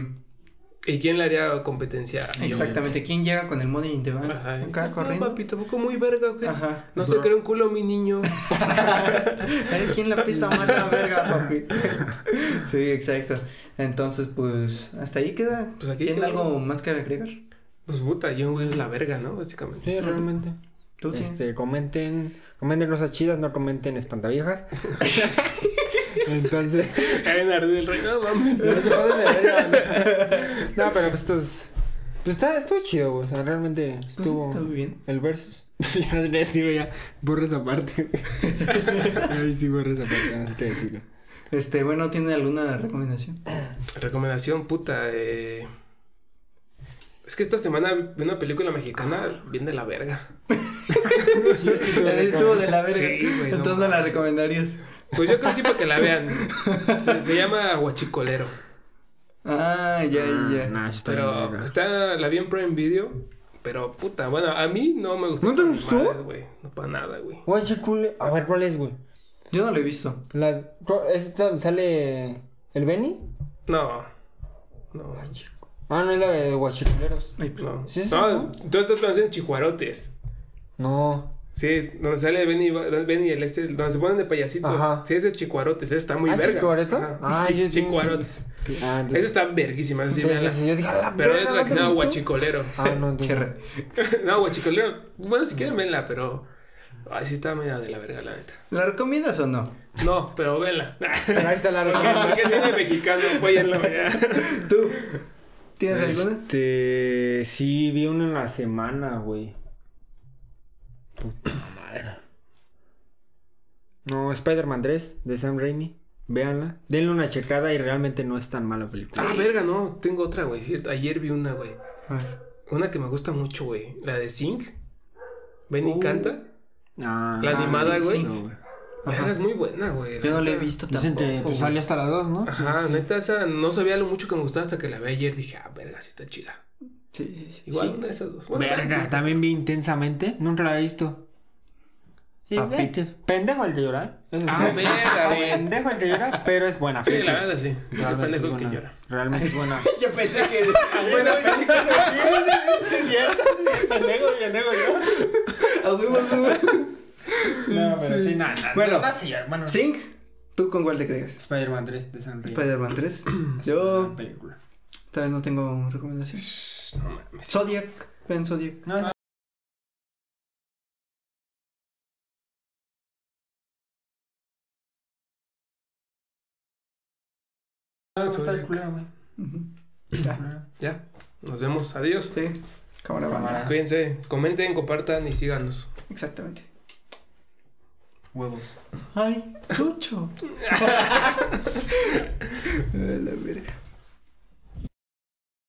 [SPEAKER 3] ¿Y quién le haría competencia? a John Wick?
[SPEAKER 1] exactamente quién llega con el Money in the Bank.
[SPEAKER 3] Ajá.
[SPEAKER 1] Acá
[SPEAKER 3] No,
[SPEAKER 1] corriendo.
[SPEAKER 3] papito, poco muy verga, o qué?
[SPEAKER 1] Ajá.
[SPEAKER 3] No se cree un culo, mi niño.
[SPEAKER 1] Ay, ¿Quién la pista más la verga, papi? sí, exacto. Entonces, pues hasta ahí queda.
[SPEAKER 3] Pues aquí
[SPEAKER 1] ¿Tienen
[SPEAKER 3] quedó.
[SPEAKER 1] algo más que agregar?
[SPEAKER 3] Pues puta, John Wick es la verga, ¿no? Básicamente.
[SPEAKER 2] Sí, realmente.
[SPEAKER 1] ¿Tú tienes?
[SPEAKER 2] Este, comenten, comenten cosas chidas, no comenten espantaviejas. Entonces,
[SPEAKER 3] Caen a arder el rey. No, mames.
[SPEAKER 2] no se pasen de verga, ¿no? No, pero pues esto es- pues está, estuvo chido, güey. O sea, realmente
[SPEAKER 1] Pues,
[SPEAKER 2] estuvo
[SPEAKER 1] Está muy bien.
[SPEAKER 2] el versus. ya no tenía decirlo ya. Borra esa parte. güey. Ay, sí, borra esa parte, ya no sé qué decirlo.
[SPEAKER 1] Este, bueno, ¿tienen alguna recomendación?
[SPEAKER 3] Recomendación, puta. eh, Es que esta semana vi una película mexicana bien de la verga.
[SPEAKER 1] Estuvo de la verga.
[SPEAKER 3] Sí, güey, no
[SPEAKER 1] Entonces no la
[SPEAKER 3] mames.
[SPEAKER 1] recomendarías.
[SPEAKER 3] Pues yo creo que sí para que la vean. Se, se llama Huachicolero.
[SPEAKER 1] Ah, ya, ya.
[SPEAKER 2] Nah, sí está bien,
[SPEAKER 3] Pero
[SPEAKER 2] verga.
[SPEAKER 3] está, la vi en Prime Video. Pero puta, bueno, a mí no me gustó.
[SPEAKER 2] ¿No te
[SPEAKER 3] para
[SPEAKER 2] gustó?
[SPEAKER 3] madres, güey. No para nada, güey.
[SPEAKER 2] Güey, sí, cool. A ver, ¿cuál es, güey?
[SPEAKER 1] Yo no lo he visto.
[SPEAKER 2] La, ¿Es esta donde sale el Benny?
[SPEAKER 3] No. No.
[SPEAKER 2] Ah, no, es la de guachiculeros.
[SPEAKER 1] Ay, perdón.
[SPEAKER 3] No.
[SPEAKER 2] Sí, sí,
[SPEAKER 3] no, tú estás pensando en Chijuarotes.
[SPEAKER 2] No.
[SPEAKER 3] Sí, donde sale Benny, Benny el este, donde se ponen de payasitos.
[SPEAKER 2] Ajá.
[SPEAKER 3] Sí, ese es Chicuarotes, ese está muy
[SPEAKER 2] ¿Ah, es
[SPEAKER 3] verga.
[SPEAKER 2] Chicuarotes?
[SPEAKER 3] Ajá.
[SPEAKER 2] Ah, yo-
[SPEAKER 3] Chicuarotes.
[SPEAKER 2] Sí, ah, entonces-
[SPEAKER 3] Ese está verguísima, ese sí,
[SPEAKER 2] Sí, sí,
[SPEAKER 3] véanla.
[SPEAKER 2] sí, yo dije, "A la
[SPEAKER 3] Pero hay
[SPEAKER 2] verga,
[SPEAKER 3] otra
[SPEAKER 2] ¿no te
[SPEAKER 3] que se llama
[SPEAKER 2] gustó?"
[SPEAKER 3] Huachicolero.
[SPEAKER 2] Ah, no, entonces-
[SPEAKER 1] Cherre.
[SPEAKER 3] no, Huachicolero, bueno, si
[SPEAKER 2] Mm.
[SPEAKER 3] quieren venla, pero... Ay, sí está media de la verga, la neta.
[SPEAKER 1] ¿La recomiendas o no?
[SPEAKER 3] No, pero venla.
[SPEAKER 2] Pero ahí está la
[SPEAKER 3] Porque es cine mexicano, apóyenlo. ya.
[SPEAKER 1] ¿Tú? ¿Tienes alguna?
[SPEAKER 2] Este, sí, vi una en la semana, güey. Puta madre. No, Spider-Man 3 de Sam Raimi. Véanla. Denle una checada y realmente no es tan mala película.
[SPEAKER 3] Ah, verga, no, tengo otra, güey, cierto. Ayer vi una, güey.
[SPEAKER 1] A ver.
[SPEAKER 3] Una que me gusta mucho, güey. La de Zinc. Benny
[SPEAKER 1] Uh.
[SPEAKER 3] canta.
[SPEAKER 2] Ah,
[SPEAKER 3] La
[SPEAKER 2] ah,
[SPEAKER 3] animada,
[SPEAKER 2] sí,
[SPEAKER 3] güey.
[SPEAKER 2] sí, no, güey.
[SPEAKER 1] Ajá.
[SPEAKER 3] Verga, es muy buena, güey.
[SPEAKER 1] Yo no la he
[SPEAKER 3] neta.
[SPEAKER 1] visto
[SPEAKER 2] Dicen
[SPEAKER 1] tampoco.
[SPEAKER 2] que pues,
[SPEAKER 1] güey.
[SPEAKER 2] salió hasta las 2, ¿no?
[SPEAKER 3] Ajá, neta, esa no sabía lo mucho que me gustaba hasta que la vi ayer. Dije, ah, verga, sí está chida.
[SPEAKER 1] Sí, sí, sí.
[SPEAKER 3] Igual una de esas dos. Bueno,
[SPEAKER 2] Verga,
[SPEAKER 3] sí.
[SPEAKER 2] también vi intensamente. Nunca la he visto. Y
[SPEAKER 1] Papi.
[SPEAKER 2] ve que es Pendejo el que llora. ¿eh? Eso
[SPEAKER 3] Ah,
[SPEAKER 2] sí.
[SPEAKER 3] verga, güey.
[SPEAKER 2] Pendejo el que llora, pero es buena.
[SPEAKER 3] Sí,
[SPEAKER 2] fíjate.
[SPEAKER 3] la verdad, sí. Sí, qué
[SPEAKER 2] Realmente es
[SPEAKER 3] pendejo el que
[SPEAKER 2] buena.
[SPEAKER 3] llora.
[SPEAKER 2] Realmente es buena.
[SPEAKER 1] Yo pensé que... buena
[SPEAKER 2] Sí, es cierto. Pendejo y pendejo yo. No, pero sí, nada.
[SPEAKER 1] Bueno,
[SPEAKER 2] sí, hermano.
[SPEAKER 1] ¿Sync? ¿Tú con cuál te quedas?
[SPEAKER 2] Spider-Man 3 de San Raimi.
[SPEAKER 1] Spider-Man 3.
[SPEAKER 2] Es
[SPEAKER 1] Yo
[SPEAKER 2] una película.
[SPEAKER 1] tal vez no tengo recomendación.
[SPEAKER 3] No mames.
[SPEAKER 1] Zodiac. Ven Zodiac.
[SPEAKER 2] No, es-
[SPEAKER 3] Ah,
[SPEAKER 2] está
[SPEAKER 3] soy-
[SPEAKER 2] el culero, güey.
[SPEAKER 1] Ujú.
[SPEAKER 3] Ya, nos vemos. Adiós.
[SPEAKER 1] Sí. Cámara banda.
[SPEAKER 2] Cámara.
[SPEAKER 3] Cuídense, comenten, compartan y síganos.
[SPEAKER 1] Exactamente.
[SPEAKER 2] Huevos.
[SPEAKER 1] Ay, Lucho. A la verga.